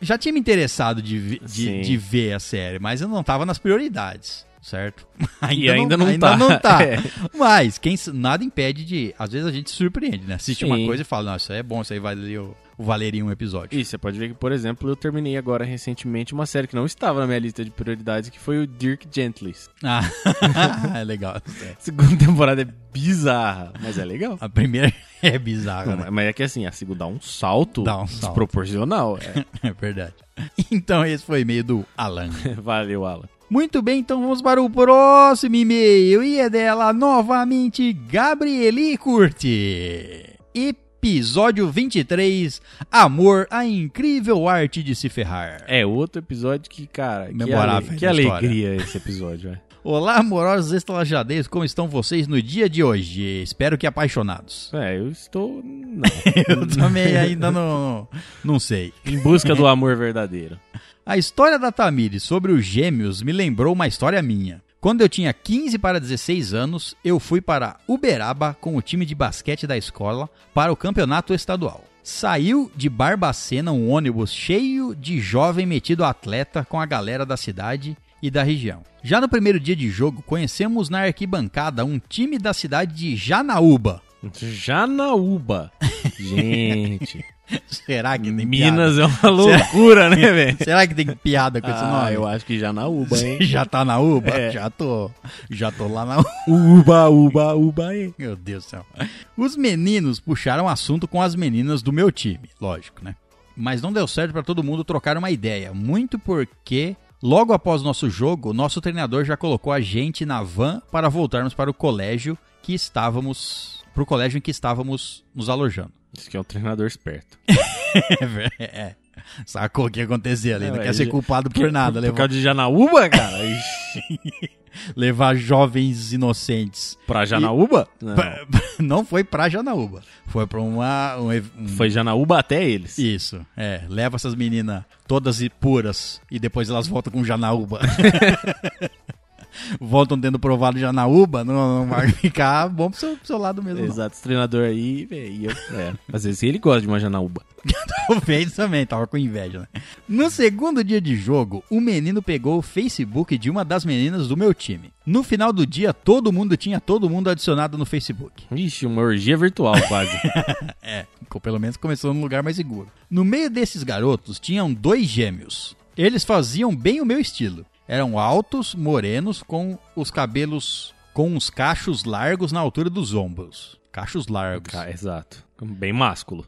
Já tinha me interessado de, vi- de,
Sim.
de ver a série, mas eu não tava nas prioridades, certo?
e ainda não, tá.
Ainda não tá.
É.
Mas quem, s- nada impede de. Às vezes a gente se surpreende, né? Assiste uma
Sim.
coisa e fala, nossa, isso aí é bom, isso aí valeria, o- valeria um episódio.
E você pode ver que, por exemplo, eu terminei agora recentemente uma série que não estava na minha lista de prioridades, que foi o Dirk Gently's.
Ah, é legal.
A segunda temporada é bizarra, mas é legal.
A primeira é bizarra,
Não,
né?
mas é que assim, a segunda dá um salto
Dá um salto.
desproporcional.
É verdade. Então esse foi o e-mail do Alan.
É. Valeu, Alan.
Muito bem, então vamos para o próximo e-mail e é dela novamente Gabrieli Curti. Episódio 23: Amor, a incrível arte de se ferrar.
É outro episódio que, cara, que,
Memorável
ale- que
da história.
alegria esse episódio, é.
Olá, amorosos estalajadeiros, como estão vocês no dia de hoje? Espero que apaixonados.
É, eu estou não,
Eu também ainda não, não sei.
em busca do amor verdadeiro.
A história da Tamires sobre os gêmeos me lembrou uma história minha. Quando eu tinha 15 para 16 anos, eu fui para Uberaba com o time de basquete da escola para o campeonato estadual. Saiu de Barbacena um ônibus cheio de jovem metido atleta com a galera da cidade e da região. Já no primeiro dia de jogo, conhecemos na arquibancada um time da cidade de Janaúba.
Janaúba. Gente,
Será que tem piada?
Minas é uma loucura, né, velho?
Será que tem piada com esse
Ah,
nome?
eu acho que Janaúba, hein?
Já tá na UBA?
É.
Já tô. Já tô lá na
Uba, uba, uba, hein?
Meu Deus do céu. Os meninos puxaram assunto com as meninas do meu time, lógico, né? Mas não deu certo pra todo mundo trocar uma ideia, muito porque logo após nosso jogo, nosso treinador já colocou a gente na van para voltarmos para o colégio que estávamos, pro colégio em que estávamos nos alojando.
Isso que é um treinador esperto.
É, é. Sacou o que aconteceu ali,
É,
não
ué,
quer ser
já-
culpado por nada,
Por
levar,
causa de Janaúba, cara? Ixi,
levar jovens inocentes.
pra Janaúba? Não.
Pra- Não foi pra Janaúba, foi pra uma, um ev- um
Foi Janaúba até eles.
Isso, é. Leva essas meninas todas e puras e depois elas voltam com Janaúba. voltam tendo provado Janaúba, não, não vai ficar bom pro seu, pro seu lado mesmo. Não.
Exato, esse treinador aí, velho. É, às vezes ele gosta de uma Janaúba.
Talvez também, tava com inveja, né? No segundo dia de jogo, o menino pegou o Facebook de uma das meninas do meu time. No final do dia, todo mundo tinha todo mundo adicionado no Facebook.
Ixi, uma orgia virtual quase.
É, co- pelo menos começou num lugar mais seguro. No meio desses garotos tinham dois gêmeos. Eles faziam bem o meu estilo. Eram altos, morenos, com os cabelos com os cachos largos na altura dos ombros. Cachos largos.
Ca- exato. Bem másculo.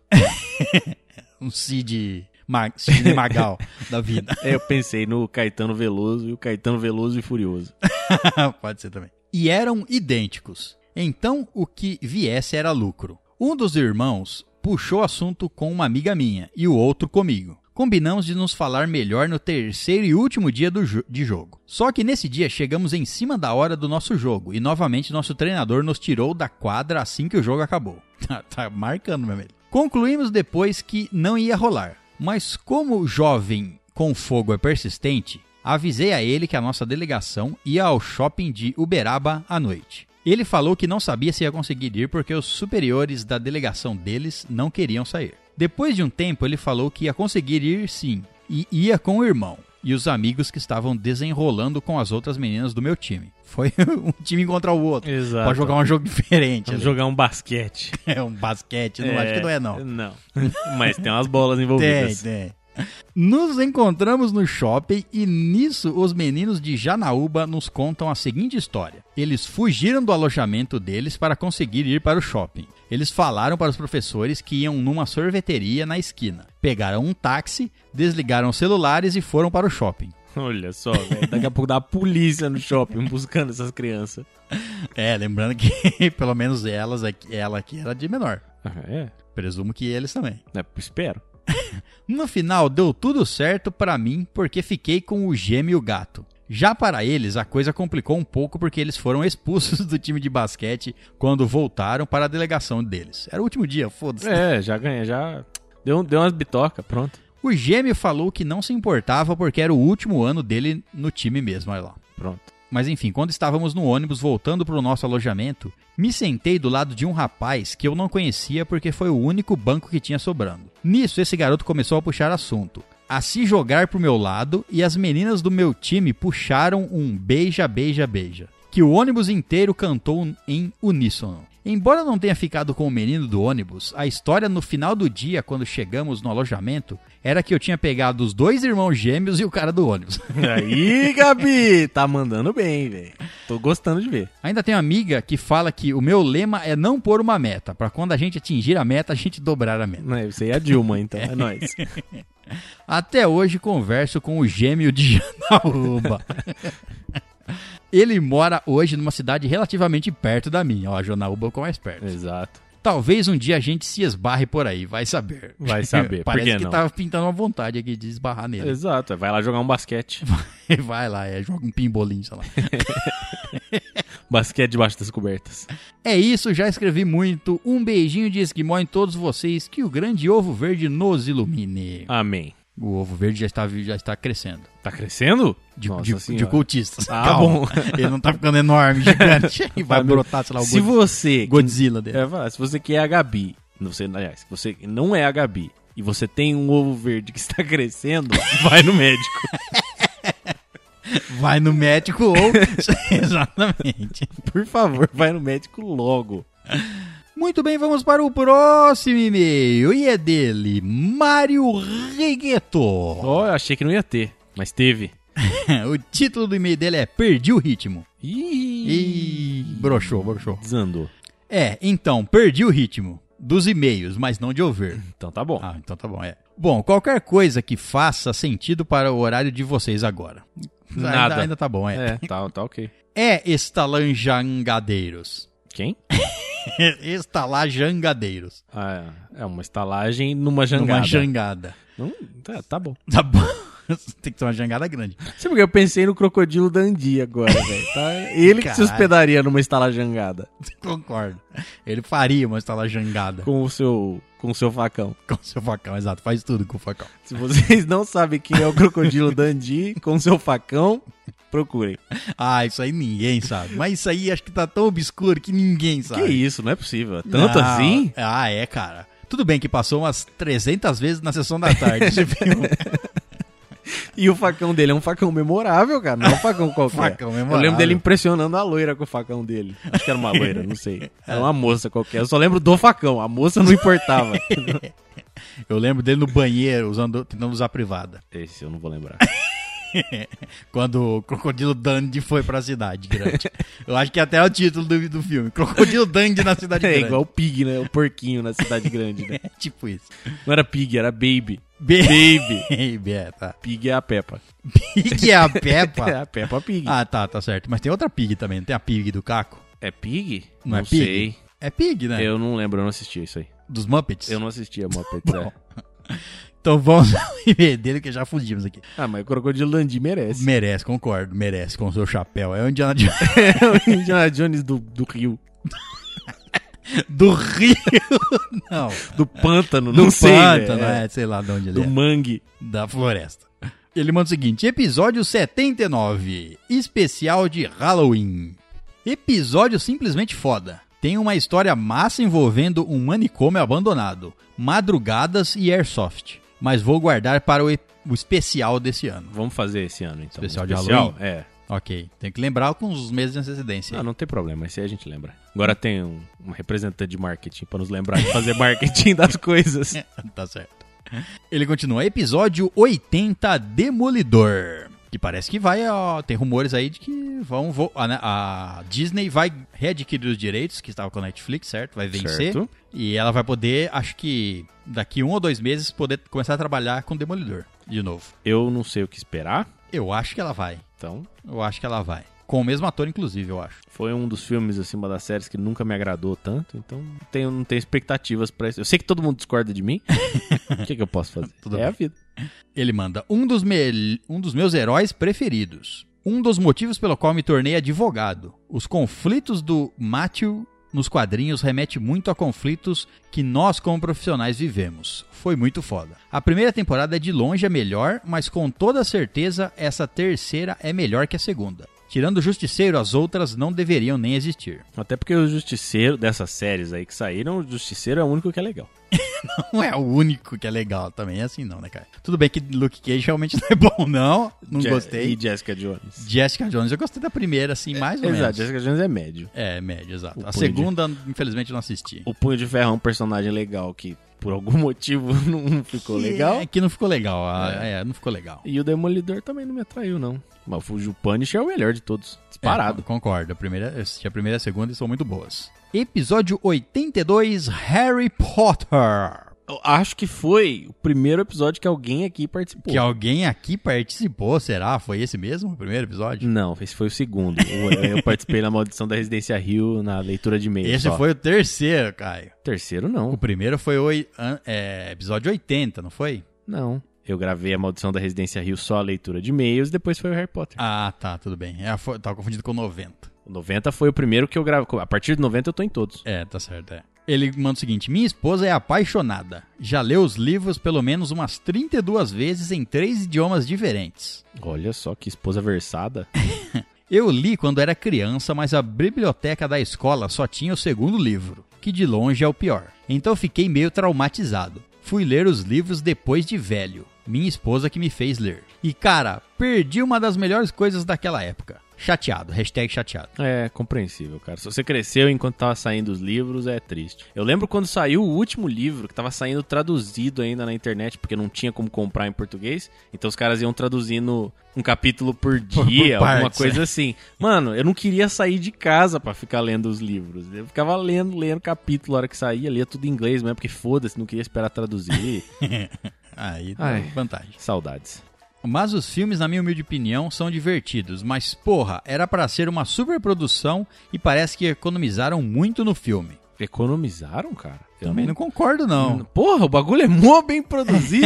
Um Cid, Ma Sidney Magal da vida.
É, eu pensei no Caetano Veloso e o Caetano Veloso e Furioso.
Pode ser também. E eram idênticos. Então o que viesse era lucro. Um dos irmãos puxou assunto com uma amiga minha e o outro comigo. Combinamos de nos falar melhor no terceiro e último dia do jo- de jogo. Só que nesse dia chegamos em cima da hora do nosso jogo e novamente nosso treinador nos tirou da quadra assim que o jogo acabou. tá, tá marcando, meu amigo. Concluímos depois que não ia rolar. Mas como o jovem com fogo é persistente, avisei a ele que a nossa delegação ia ao shopping de Uberaba à noite. Ele falou que não sabia se ia conseguir ir porque os superiores da delegação deles não queriam sair. Depois de um tempo, ele falou que ia conseguir ir sim, e ia com o irmão e os amigos que estavam desenrolando com as outras meninas do meu time. Foi um time contra o outro.
Exato.
Pode jogar um jogo diferente.
Vamos
ali.
jogar um basquete.
É um basquete, não acho que não é não.
Não. Mas tem umas bolas
Tem,
envolvidas.
tem. Nos encontramos no shopping e nisso os meninos de Janaúba nos contam a seguinte história. Eles fugiram do alojamento deles para conseguir ir para o shopping. Eles falaram para os professores que iam numa sorveteria na esquina. Pegaram um táxi, desligaram os celulares e foram para o shopping.
Olha só, velho. Daqui a pouco dá a polícia no shopping buscando essas crianças.
É, lembrando que pelo menos elas, aqui- ela aqui era de menor.
Ah, é?
Presumo que eles também.
é? Espero.
No final, deu tudo certo pra mim porque fiquei com o gêmeo e o gato. Já para eles, a coisa complicou um pouco porque eles foram expulsos do time de basquete quando voltaram para a delegação deles. Era o último dia, foda-se.
É, já ganhei, já. Deu, deu umas bitoca, pronto.
O gêmeo falou que não se importava porque era o último ano dele no time mesmo, olha lá.
Pronto.
Mas enfim, quando estávamos no ônibus voltando para o nosso alojamento, me sentei do lado de um rapaz que eu não conhecia porque foi o único banco que tinha sobrando. Nisso, esse garoto começou a puxar assunto, a se jogar pro meu lado e as meninas do meu time puxaram um beija, beija, beija, que o ônibus inteiro cantou em uníssono. Embora não tenha ficado com o menino do ônibus, a história no final do dia, quando chegamos no alojamento, era que eu tinha pegado os dois irmãos gêmeos e o cara do ônibus.
Aí, Gabi, tá mandando bem, velho. Tô gostando de ver.
Ainda tem uma amiga que fala que o meu lema é não pôr uma meta, pra quando a gente atingir a meta, a gente dobrar a meta.
Não é, Você e a Dilma, então, é nóis.
Até hoje converso com o gêmeo de Janaúba. Ele mora hoje numa cidade relativamente perto da minha. Ó, Janaúba ficou mais perto.
Exato.
Talvez um dia a gente se esbarre por aí, vai saber.
Vai saber, por
Parece
que
que
não?
tava pintando uma vontade aqui de esbarrar nele.
Exato, vai lá jogar um basquete.
Vai lá, é, joga um pimbolim, sei lá.
Basquete debaixo das cobertas.
É isso, já escrevi muito. Um beijinho de esquimó em todos vocês. Que o grande ovo verde nos ilumine.
Amém.
O ovo verde já está, vi- já está crescendo.
Tá crescendo?
De,
Nossa
de,
Senhora.
de cultistas.
Ah,
Calma.
bom.
Ele não tá ficando enorme, gigante. E vai
Vai, meu-
brotar, sei lá, o
Se
God-
você...
Godzilla dele.
É, vai lá, se você quer a Gabi, não sei, aliás, se você não é a Gabi e você tem um ovo verde que está crescendo, vai no médico.
Vai no médico ou. Exatamente.
Por favor, vai no médico logo.
Muito bem, vamos para o próximo e-mail. E é dele, Mário Regueto.
Ó, eu achei que não ia ter, mas teve.
O título do e-mail dele é Perdi o ritmo.
Ih,
E. Broxou, broxou.
desandou.
É, então, perdi o ritmo dos e-mails, mas não de ouvir.
Então tá bom.
Ah, então tá bom, é. Bom, qualquer coisa que faça sentido para o horário de vocês agora.
Nada.
Ainda, ainda tá bom, é.
é, tá, tá ok.
É, estalanjangadeiros.
Quem?
Estalajangadeiros.
Ah, é uma estalagem numa jangada.
Uma jangada.
Não, tá, tá bom.
Tá bom. Tem que ter uma jangada grande.
Sabe por que eu pensei no crocodilo Dundee agora, velho? Tá? Ele que se
Caralho.
hospedaria numa estalajangada
Concordo. Ele faria uma estalajangada
com o seu, com o seu facão.
com o seu facão, exato. Faz tudo com o facão.
Se vocês não sabem quem é o crocodilo Dundee com seu facão, procurem.
Ah, isso aí ninguém sabe. Mas isso aí acho que tá tão obscuro que ninguém sabe.
Que isso, não é possível. Tanto
Não.
assim?
Ah, é, cara. Tudo bem que passou umas 300 vezes na sessão da tarde esse filme.
E o facão dele é um facão memorável, cara. Não é um facão qualquer.
Facão
Eu
memorável.
lembro dele impressionando a loira com o facão dele. Acho que era uma loira, não sei.
É.
Era uma moça qualquer. Eu só lembro do facão. A moça não importava.
Eu lembro dele no banheiro, usando, tentando usar a privada.
Esse eu não vou lembrar.
Quando o Crocodilo Dandy foi pra cidade grande. Eu acho que até é o título do, do filme. Crocodilo Dandy na cidade
É
grande.
igual o Pig, né? O porquinho na cidade grande, né?
É tipo isso.
Não era Pig, era Baby.
Baby. Baby, é, tá.
Pig é a Peppa.
Pig é a
É
Peppa.
a Peppa Pig.
Ah, tá, tá certo. Mas tem outra Pig também, não tem a Pig do Caco?
É Pig?
Não é Pig?
sei.
É Pig, né?
Eu não lembro, eu não assisti isso aí.
Dos Muppets.
Eu não assisti a Muppets, é.
Então vamos ao e-mail dele que já fugimos aqui.
Ah, mas o Crocodilo Dundee merece.
Merece, concordo, merece com o seu chapéu. É o Indiana Jones
É o Indiana Jones do, do rio.
do Rio. Não,
Do pântano,
do
não sei.
pântano,
né?
é. sei lá de onde ele
Do
é.
mangue.
Da floresta. Ele manda o seguinte: episódio 79, especial de Halloween. Episódio simplesmente foda. Tem uma história massa envolvendo um manicômio abandonado, madrugadas e airsoft. Mas vou guardar para o, e- o especial desse ano.
Vamos fazer esse ano, então.
Especial de Halloween?
É.
Ok, tem que lembrar com uns meses de antecedência.
Ah, não tem problema, esse aí a gente lembra. Agora tem um, um representante de marketing pra nos lembrar de fazer marketing das coisas.
tá certo. Ele continua. Episódio 80, Demolidor. Que parece que vai, ó, tem rumores aí de que vão, vo- a, né, a Disney vai readquirir os direitos, que estava com a Netflix, certo? Vai vencer.
Certo.
E ela vai poder, acho que daqui um ou dois meses, poder começar a trabalhar com Demolidor de novo.
Eu não sei o que esperar,
Eu acho que ela vai.
então
Eu acho que ela vai. Com o mesmo ator, inclusive, eu acho.
foi um dos filmes, assim, uma das séries que nunca me agradou tanto, então não tenho, não tenho expectativas pra isso. Eu sei que todo mundo discorda de mim. O que, que eu posso fazer?
Tudo
é
bem.
a vida.
Ele manda um dos, me- um dos meus heróis preferidos. Um dos motivos pelo qual me tornei advogado. Os conflitos do Matthew nos quadrinhos remete muito a conflitos que nós, como profissionais, vivemos. Foi muito foda. A primeira temporada é de longe a melhor, mas com toda certeza essa terceira é melhor que a segunda. Tirando o Justiceiro, as outras não deveriam nem existir.
Até porque o Justiceiro, dessas séries aí que saíram, o Justiceiro é o único que é legal.
não é o único que é legal também, é assim não, né, cara? Tudo bem que Luke Cage realmente não é bom, não. Não
Je-
gostei.
E Jessica Jones.
Jessica Jones, eu gostei da primeira, assim, mais ou
É, Exato,
menos.
Jessica Jones é médio.
É, média, exato.
O
a
Punho de-
segunda, infelizmente, não assisti.
O Punho de Ferro é um personagem legal que, por algum motivo, não ficou legal.
É que não ficou legal. ah, É, não ficou legal.
E o Demolidor também não me atraiu, não. Mas o Ju Punisher é o melhor de todos.
É,
Disparado.
concordo. A primeira, eu assisti a primeira e a segunda e são muito boas. Episódio 82, Harry Potter.
Eu acho que foi o primeiro episódio que alguém aqui participou.
Que é alguém aqui participou, será? Foi esse mesmo o primeiro episódio?
Não, esse foi o segundo. O- eu participei na maldição da Residência Rio na leitura de e-mail.
Esse
só.
foi o terceiro, Caio.
Terceiro,
O
não.
primeiro foi o é, episódio 80, não foi?
Não. Eu gravei a maldição da Residência Rio só a leitura de e-mails, depois foi o Harry Potter.
Ah, tá, tudo bem. É, foi, tava confundido com o 90.
O 90 foi o primeiro que eu gravei. A partir do 90 eu tô em todos.
É, tá certo, é. Ele manda o seguinte: Minha esposa é apaixonada. Já leu os livros pelo menos umas 32 vezes em três idiomas diferentes.
Olha só que esposa versada.
Eu li quando era criança, mas a biblioteca da escola só tinha o segundo livro, que de longe é o pior. Então fiquei meio traumatizado. Fui ler os livros depois de velho. Minha esposa que me fez ler. E cara, perdi uma das melhores coisas daquela época. Chateado, hashtag chateado.
É compreensível, cara. Se você cresceu enquanto tava saindo os livros, é triste. Eu lembro quando saiu o último livro, que tava saindo traduzido ainda na internet, porque não tinha como comprar em português. Então os caras iam traduzindo um capítulo por dia, alguma
partes,
coisa assim. Mano, eu não queria sair de casa pra ficar lendo os livros. Eu ficava lendo, lendo capítulo a hora que saía, lia tudo em inglês mesmo, porque foda-se, não queria esperar traduzir.
Aí,
Ai.
vantagem.
Saudades.
Mas os filmes, na minha humilde opinião, são divertidos. Mas porra, era pra ser uma superprodução e parece que economizaram muito no filme.
Economizaram, cara? Eu
Também não concordo não.
Porra, o bagulho é mó bem produzido.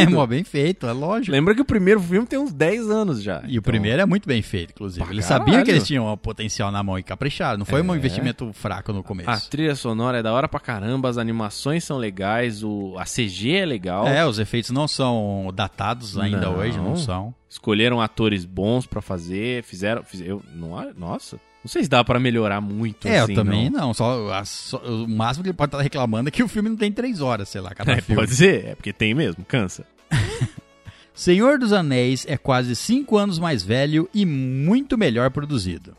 É mó bem feito, é lógico.
Lembra que o primeiro filme tem uns 10 anos já. Então,
E o primeiro é muito bem feito, inclusive.
Pra
Eles
caralho.
sabiam que eles tinham um potencial na mão e capricharam. Não foi um
É.
investimento fraco no
A
começo.
trilha sonora é da hora pra caramba, as animações são legais, o... a CG é legal.
É, os efeitos não são datados ainda
Não.
hoje, não são.
Escolheram atores bons pra fazer, fizeram. fiz- eu, não, a- nossa, não sei se dá pra melhorar muito.
é,
assim,
eu também
não.
não. Só, a- só- o máximo que ele pode estar reclamando é que o filme não tem três horas, sei lá, cada
É,
filme.
pode ser, é porque tem mesmo, cansa.
Senhor dos Anéis é quase cinco anos mais velho e muito melhor produzido.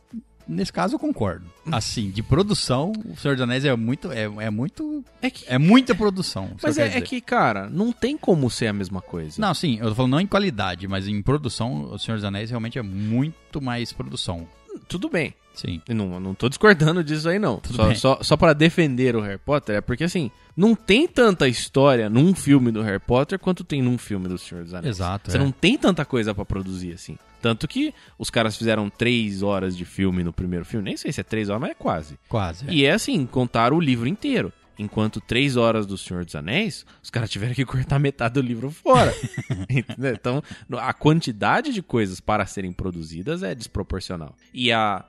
Nesse caso, eu concordo.
Hum.
Assim, de produção, o Senhor dos Anéis é muito. É, é muito.
É que-
É muita produção. isso
Mas
eu
é,
quero
é
dizer.
que, cara, não tem como ser a mesma coisa.
Não, sim, eu tô falando não em qualidade, mas em produção, O Senhor dos Anéis realmente é muito mais produção.
Tudo bem.
Sim.
Eu Não, não tô discordando disso aí, não.
Tudo
Só,
bem.
só, só para defender o Harry Potter, é porque assim, não tem tanta história num filme do Harry Potter quanto tem num filme do Senhor dos Anéis.
Exato,
Você
é.
não tem tanta coisa pra produzir assim. Tanto que os caras fizeram três horas de filme no primeiro filme. Nem sei se é três horas, mas é quase.
Quase. é.
E é assim, contaram o livro inteiro. Enquanto três horas do Senhor dos Anéis, os caras tiveram que cortar metade do livro fora. Entendeu? Então, no- a quantidade de coisas para serem produzidas é desproporcional. E a,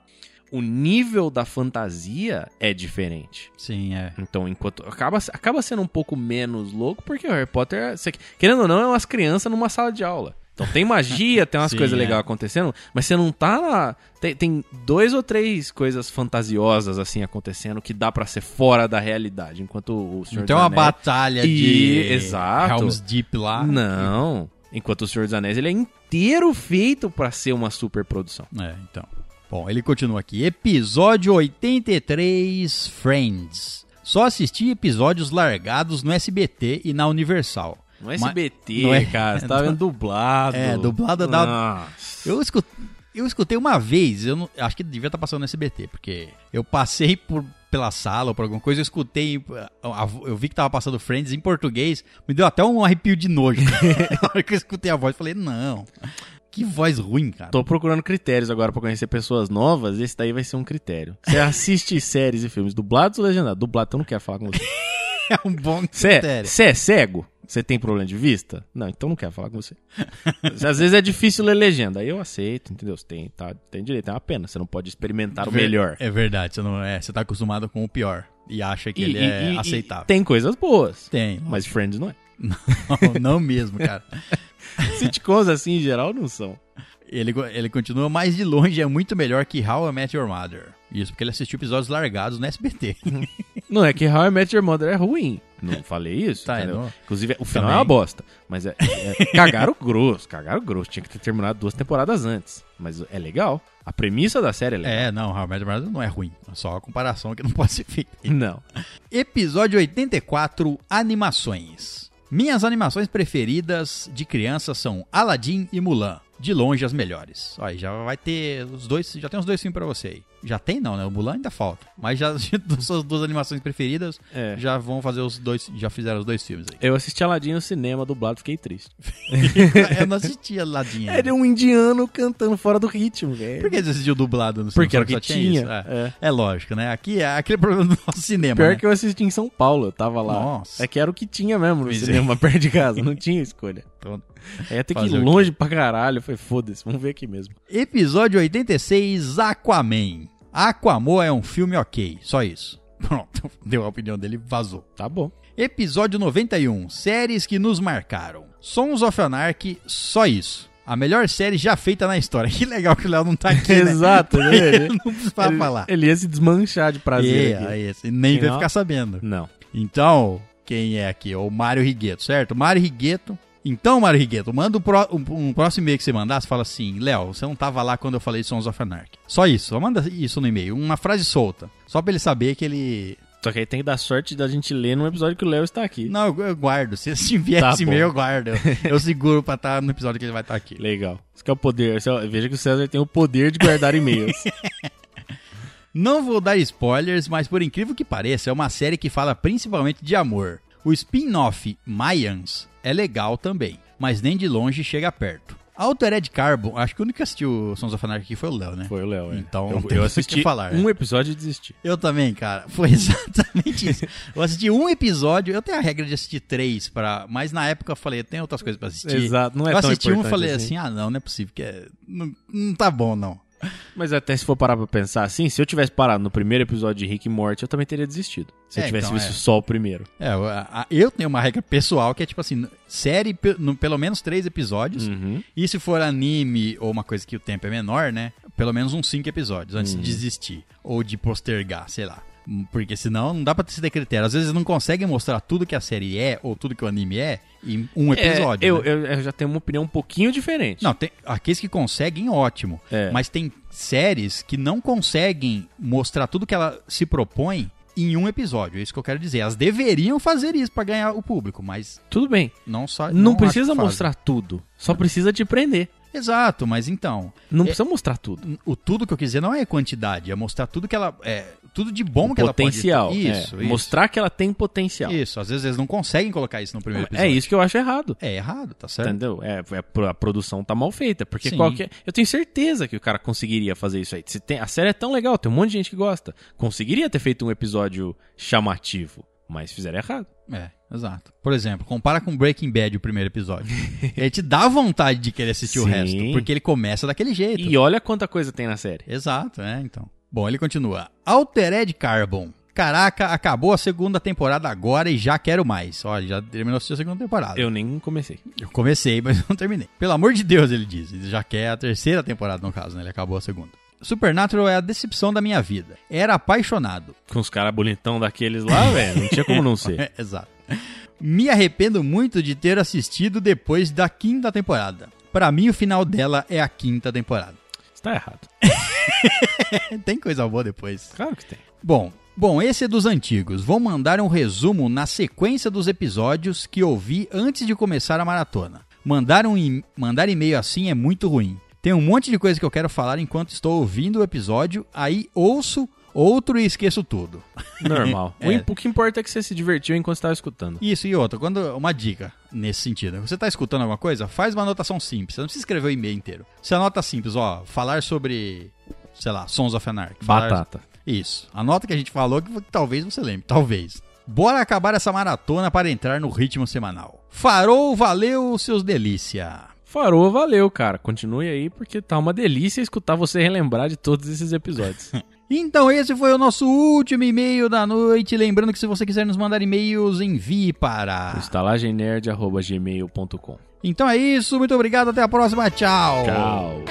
o nível da fantasia é diferente.
Sim, é.
Então, enquanto. Acaba, acaba sendo um pouco menos louco, porque o Harry Potter, você- querendo ou não, é umas crianças numa sala de aula. Então tem magia, tem umas
Sim,
coisas
é.
legais acontecendo, mas você não tá lá. Tem, tem dois ou três coisas fantasiosas assim acontecendo que dá pra ser fora da realidade. Enquanto o Senhor
Então é
dos
uma
Anéis.
batalha de
E- exato.
Helm's Deep lá.
Não. Enquanto o Senhor dos Anéis, ele é inteiro feito pra ser uma super produção.
É, então. Bom, ele continua aqui. Episódio 83, Friends. Só assisti episódios largados no SBT e na Universal.
No
Mas-
SBT,
não é-
cara, você tá vendo dublado.
É, dublado dá-
Nossa.
Eu escutei, eu escutei uma vez, eu não- acho que devia estar passando no SBT, porque eu passei por- pela sala ou por alguma coisa, eu escutei, a- a- eu vi que tava passando Friends em português, me deu até um arrepio de nojo. Na hora que eu escutei a voz, eu falei, não, que voz ruim, cara.
Tô procurando critérios agora pra conhecer pessoas novas, esse daí vai ser um critério. Você assiste séries e filmes dublados ou legendados? Dublado, então eu não quero falar com você.
É um bom
Você
critério.
você é cego? Você tem problema de vista? Não, então eu não quero falar com você. Às vezes é difícil ler legenda, aí eu aceito, entendeu? Você tem, tá, tem direito, é uma pena, você não pode experimentar o melhor.
É verdade, você, não, é, você tá acostumado com o pior. e acha que
E-
ele
e-
é
e- e
aceitável.
tem coisas boas,
Tem. Mas...
mas Friends não é.
Não, não mesmo, cara.
Sitcoms assim em geral não são.
Ele, go- ele continua, mais de longe é muito melhor que How I Met Your Mother. Isso porque ele assistiu episódios largados no SBT.
Não é que How I Met Your Mother é ruim. Não falei isso,
Tá,
entendeu?
não.
Inclusive, o final é
Também.
uma bosta. Mas é, é- cagaram grosso, cagaram grosso. Tinha que ter terminado duas temporadas antes. Mas é legal. A premissa da série é legal.
é, não, How I Met Your Mother não é ruim. É só a comparação que não pode ser feita.
Não.
Episódio 84, animações. Minhas animações preferidas de criança são Aladdin e Mulan. De longe as melhores. Olha, já vai ter os dois, já tem os dois filmes pra você aí. Já tem não, né? O Mulan ainda falta. Mas já das suas duas animações preferidas,
É.
já vão fazer os dois, já fizeram os dois filmes aí.
Eu assisti Aladdin no cinema dublado, fiquei triste.
Eu não assisti Aladdin. ainda.
Era um indiano cantando fora do ritmo, velho.
Por que eles decidiu dublado no
Porque
cinema?
era o que
Só
tinha.
isso? É.
É.
É lógico, né? Aqui é aquele problema do nosso cinema.
Pior
né?
que eu assisti em São Paulo, eu tava lá.
Nossa.
É que era o que tinha mesmo no
Miser-
cinema perto de casa, não tinha escolha.
Então,
É ter que
Fazer
ir
o quê?
longe pra caralho. Foi foda-se, vamos ver aqui mesmo.
Episódio 86, Aquaman. Aquamoa é um filme ok, só isso. Pronto, deu a opinião dele, vazou.
Tá bom.
Episódio 91, séries que nos marcaram. Sons of Anarchy, só isso. A melhor série já feita na história. Que legal que o Léo não tá aqui, né?
Exato, né?
Ele
Ele,
não precisava
ele-
falar.
ele ia se desmanchar de prazer.
Yeah,
aqui.
esse, nem vai
Final.
ficar sabendo.
Não.
Então, quem é aqui? O Mário Rigueto, certo? Mário Rigueto. Então, Mário Rigueto, manda um, pró- um- um próximo e-mail que você mandar, você fala assim, Léo, você não tava lá quando eu falei de Sons of Anarchy. Só isso, só manda isso no e-mail, uma frase solta. Só pra ele saber que ele...
Só que aí tem que dar sorte da gente ler num episódio que o Léo está aqui.
Não, eu, eu guardo, se se vier
Tá
esse
bom.
e-mail, eu guardo. Eu, eu seguro pra estar no episódio que ele vai estar aqui.
Legal. Isso que é o poder. Esse é o- Veja que o César tem o poder de guardar e-mails.
Não vou dar spoilers, mas por incrível que pareça, é uma série que fala principalmente de amor. O spin-off Mayans é legal também, mas nem de longe chega perto. Altered Carbon, acho que o único que assistiu Sons of Anarchy aqui foi o Léo, né?
Foi o Léo, é.
Então, não
eu,
tem
eu
muito o que
assisti
falar, né?
um episódio e desisti.
Eu também, cara. Foi exatamente isso. Eu assisti um episódio, eu tenho a regra de assistir três, pra, mas na época eu falei, tem outras coisas pra assistir.
Exato, não é
eu
tão
assisti um e
importante
falei assim,
assim.
ah, não, não é possível, que é- não, não tá bom, não.
Mas até se for parar pra pensar assim, se eu tivesse parado no primeiro episódio de Rick e Morty, eu também teria desistido. Se
É,
eu tivesse
então,
visto
é.
só o primeiro.
É, eu, a- eu tenho uma regra pessoal que é tipo assim, série pe- no- pelo menos três episódios.
Uhum.
E se for anime ou uma coisa que o tempo é menor, né? Pelo menos uns cinco episódios
Uhum.
antes de desistir. Ou de postergar, sei lá. Hum, Porque senão não dá pra ter critério. Às vezes não conseguem mostrar tudo que a série é ou tudo que o anime é em um episódio.
É, eu,
né?
eu- eu já tenho uma opinião um pouquinho diferente.
Não, tem, aqueles que conseguem, ótimo.
É.
Mas tem séries que não conseguem mostrar tudo que ela se propõe em um episódio. É isso que eu quero dizer. Elas deveriam fazer isso pra ganhar o público, mas
Tudo bem.
não só.
Não,
acho
precisa
que fazem.
mostrar tudo. Só precisa te prender.
Exato, mas então.
Não
É-
precisa mostrar tudo.
o tudo que eu quiser não é quantidade, é mostrar tudo que ela é, tudo de bom que
potencial.
ela pode
é.
isso, isso.
Mostrar que ela tem potencial.
Isso, às vezes eles não conseguem colocar isso no primeiro
É
episódio.
isso que eu acho errado.
É errado, tá certo?
Entendeu? É, é pro- a produção tá mal feita. Porque
Sim.
qualquer. Eu tenho certeza que o cara conseguiria fazer isso aí. Se tem- A série é tão legal, tem um monte de gente que gosta. Conseguiria ter feito um episódio chamativo, mas fizeram errado.
É, exato. Por exemplo, compara com Breaking Bad o primeiro episódio. ele te dá vontade de querer assistir o
Sim.
resto, porque ele começa daquele jeito.
E olha quanta coisa tem na série.
Exato, é, então. Bom, ele continua. Altered Carbon. Caraca, acabou a segunda temporada agora e já quero mais. Olha, já terminou a sua segunda temporada.
Eu nem comecei.
Eu comecei, mas não terminei. Pelo amor de Deus, ele diz. Ele já quer a terceira temporada, no caso, né? Ele acabou a segunda. Supernatural é a decepção da minha vida. Era apaixonado.
Com os caras bonitão daqueles lá, velho. Não tinha como não ser.
É, Exato. Me arrependo muito de ter assistido depois da quinta temporada. Pra mim, o final dela é a quinta temporada.
Isso tá errado.
Tem coisa boa depois.
Claro que tem.
Bom, bom, esse é dos antigos. Vou mandar um resumo na sequência dos episódios que ouvi antes de começar a maratona. Mandar um e- mandar e-mail assim é muito ruim. Tem um monte de coisa que eu quero falar enquanto estou ouvindo o episódio, aí ouço outro e esqueço tudo.
Normal.
É.
O que importa é que você se divertiu enquanto estava escutando.
Isso e outra, quando uma dica nesse sentido. Você está escutando alguma coisa? Faz uma anotação simples. Você não precisa escrever o e-mail inteiro. Você anota simples, ó, falar sobre, sei lá, Sons of Anarchy. Falar-
Batata.
Isso. Anota que a gente falou que talvez você lembre. Talvez. Bora acabar essa maratona para entrar no ritmo semanal. Farou, valeu, seus delícia.
Farou, valeu, cara. Continue aí, porque tá uma delícia escutar você relembrar de todos esses episódios.
Então, esse foi o nosso último e-mail da noite. Lembrando que se você quiser nos mandar e-mails, envie para.
Estalagemnerd.gmail.com
Então é isso, muito obrigado, até a próxima. Tchau.
Tchau.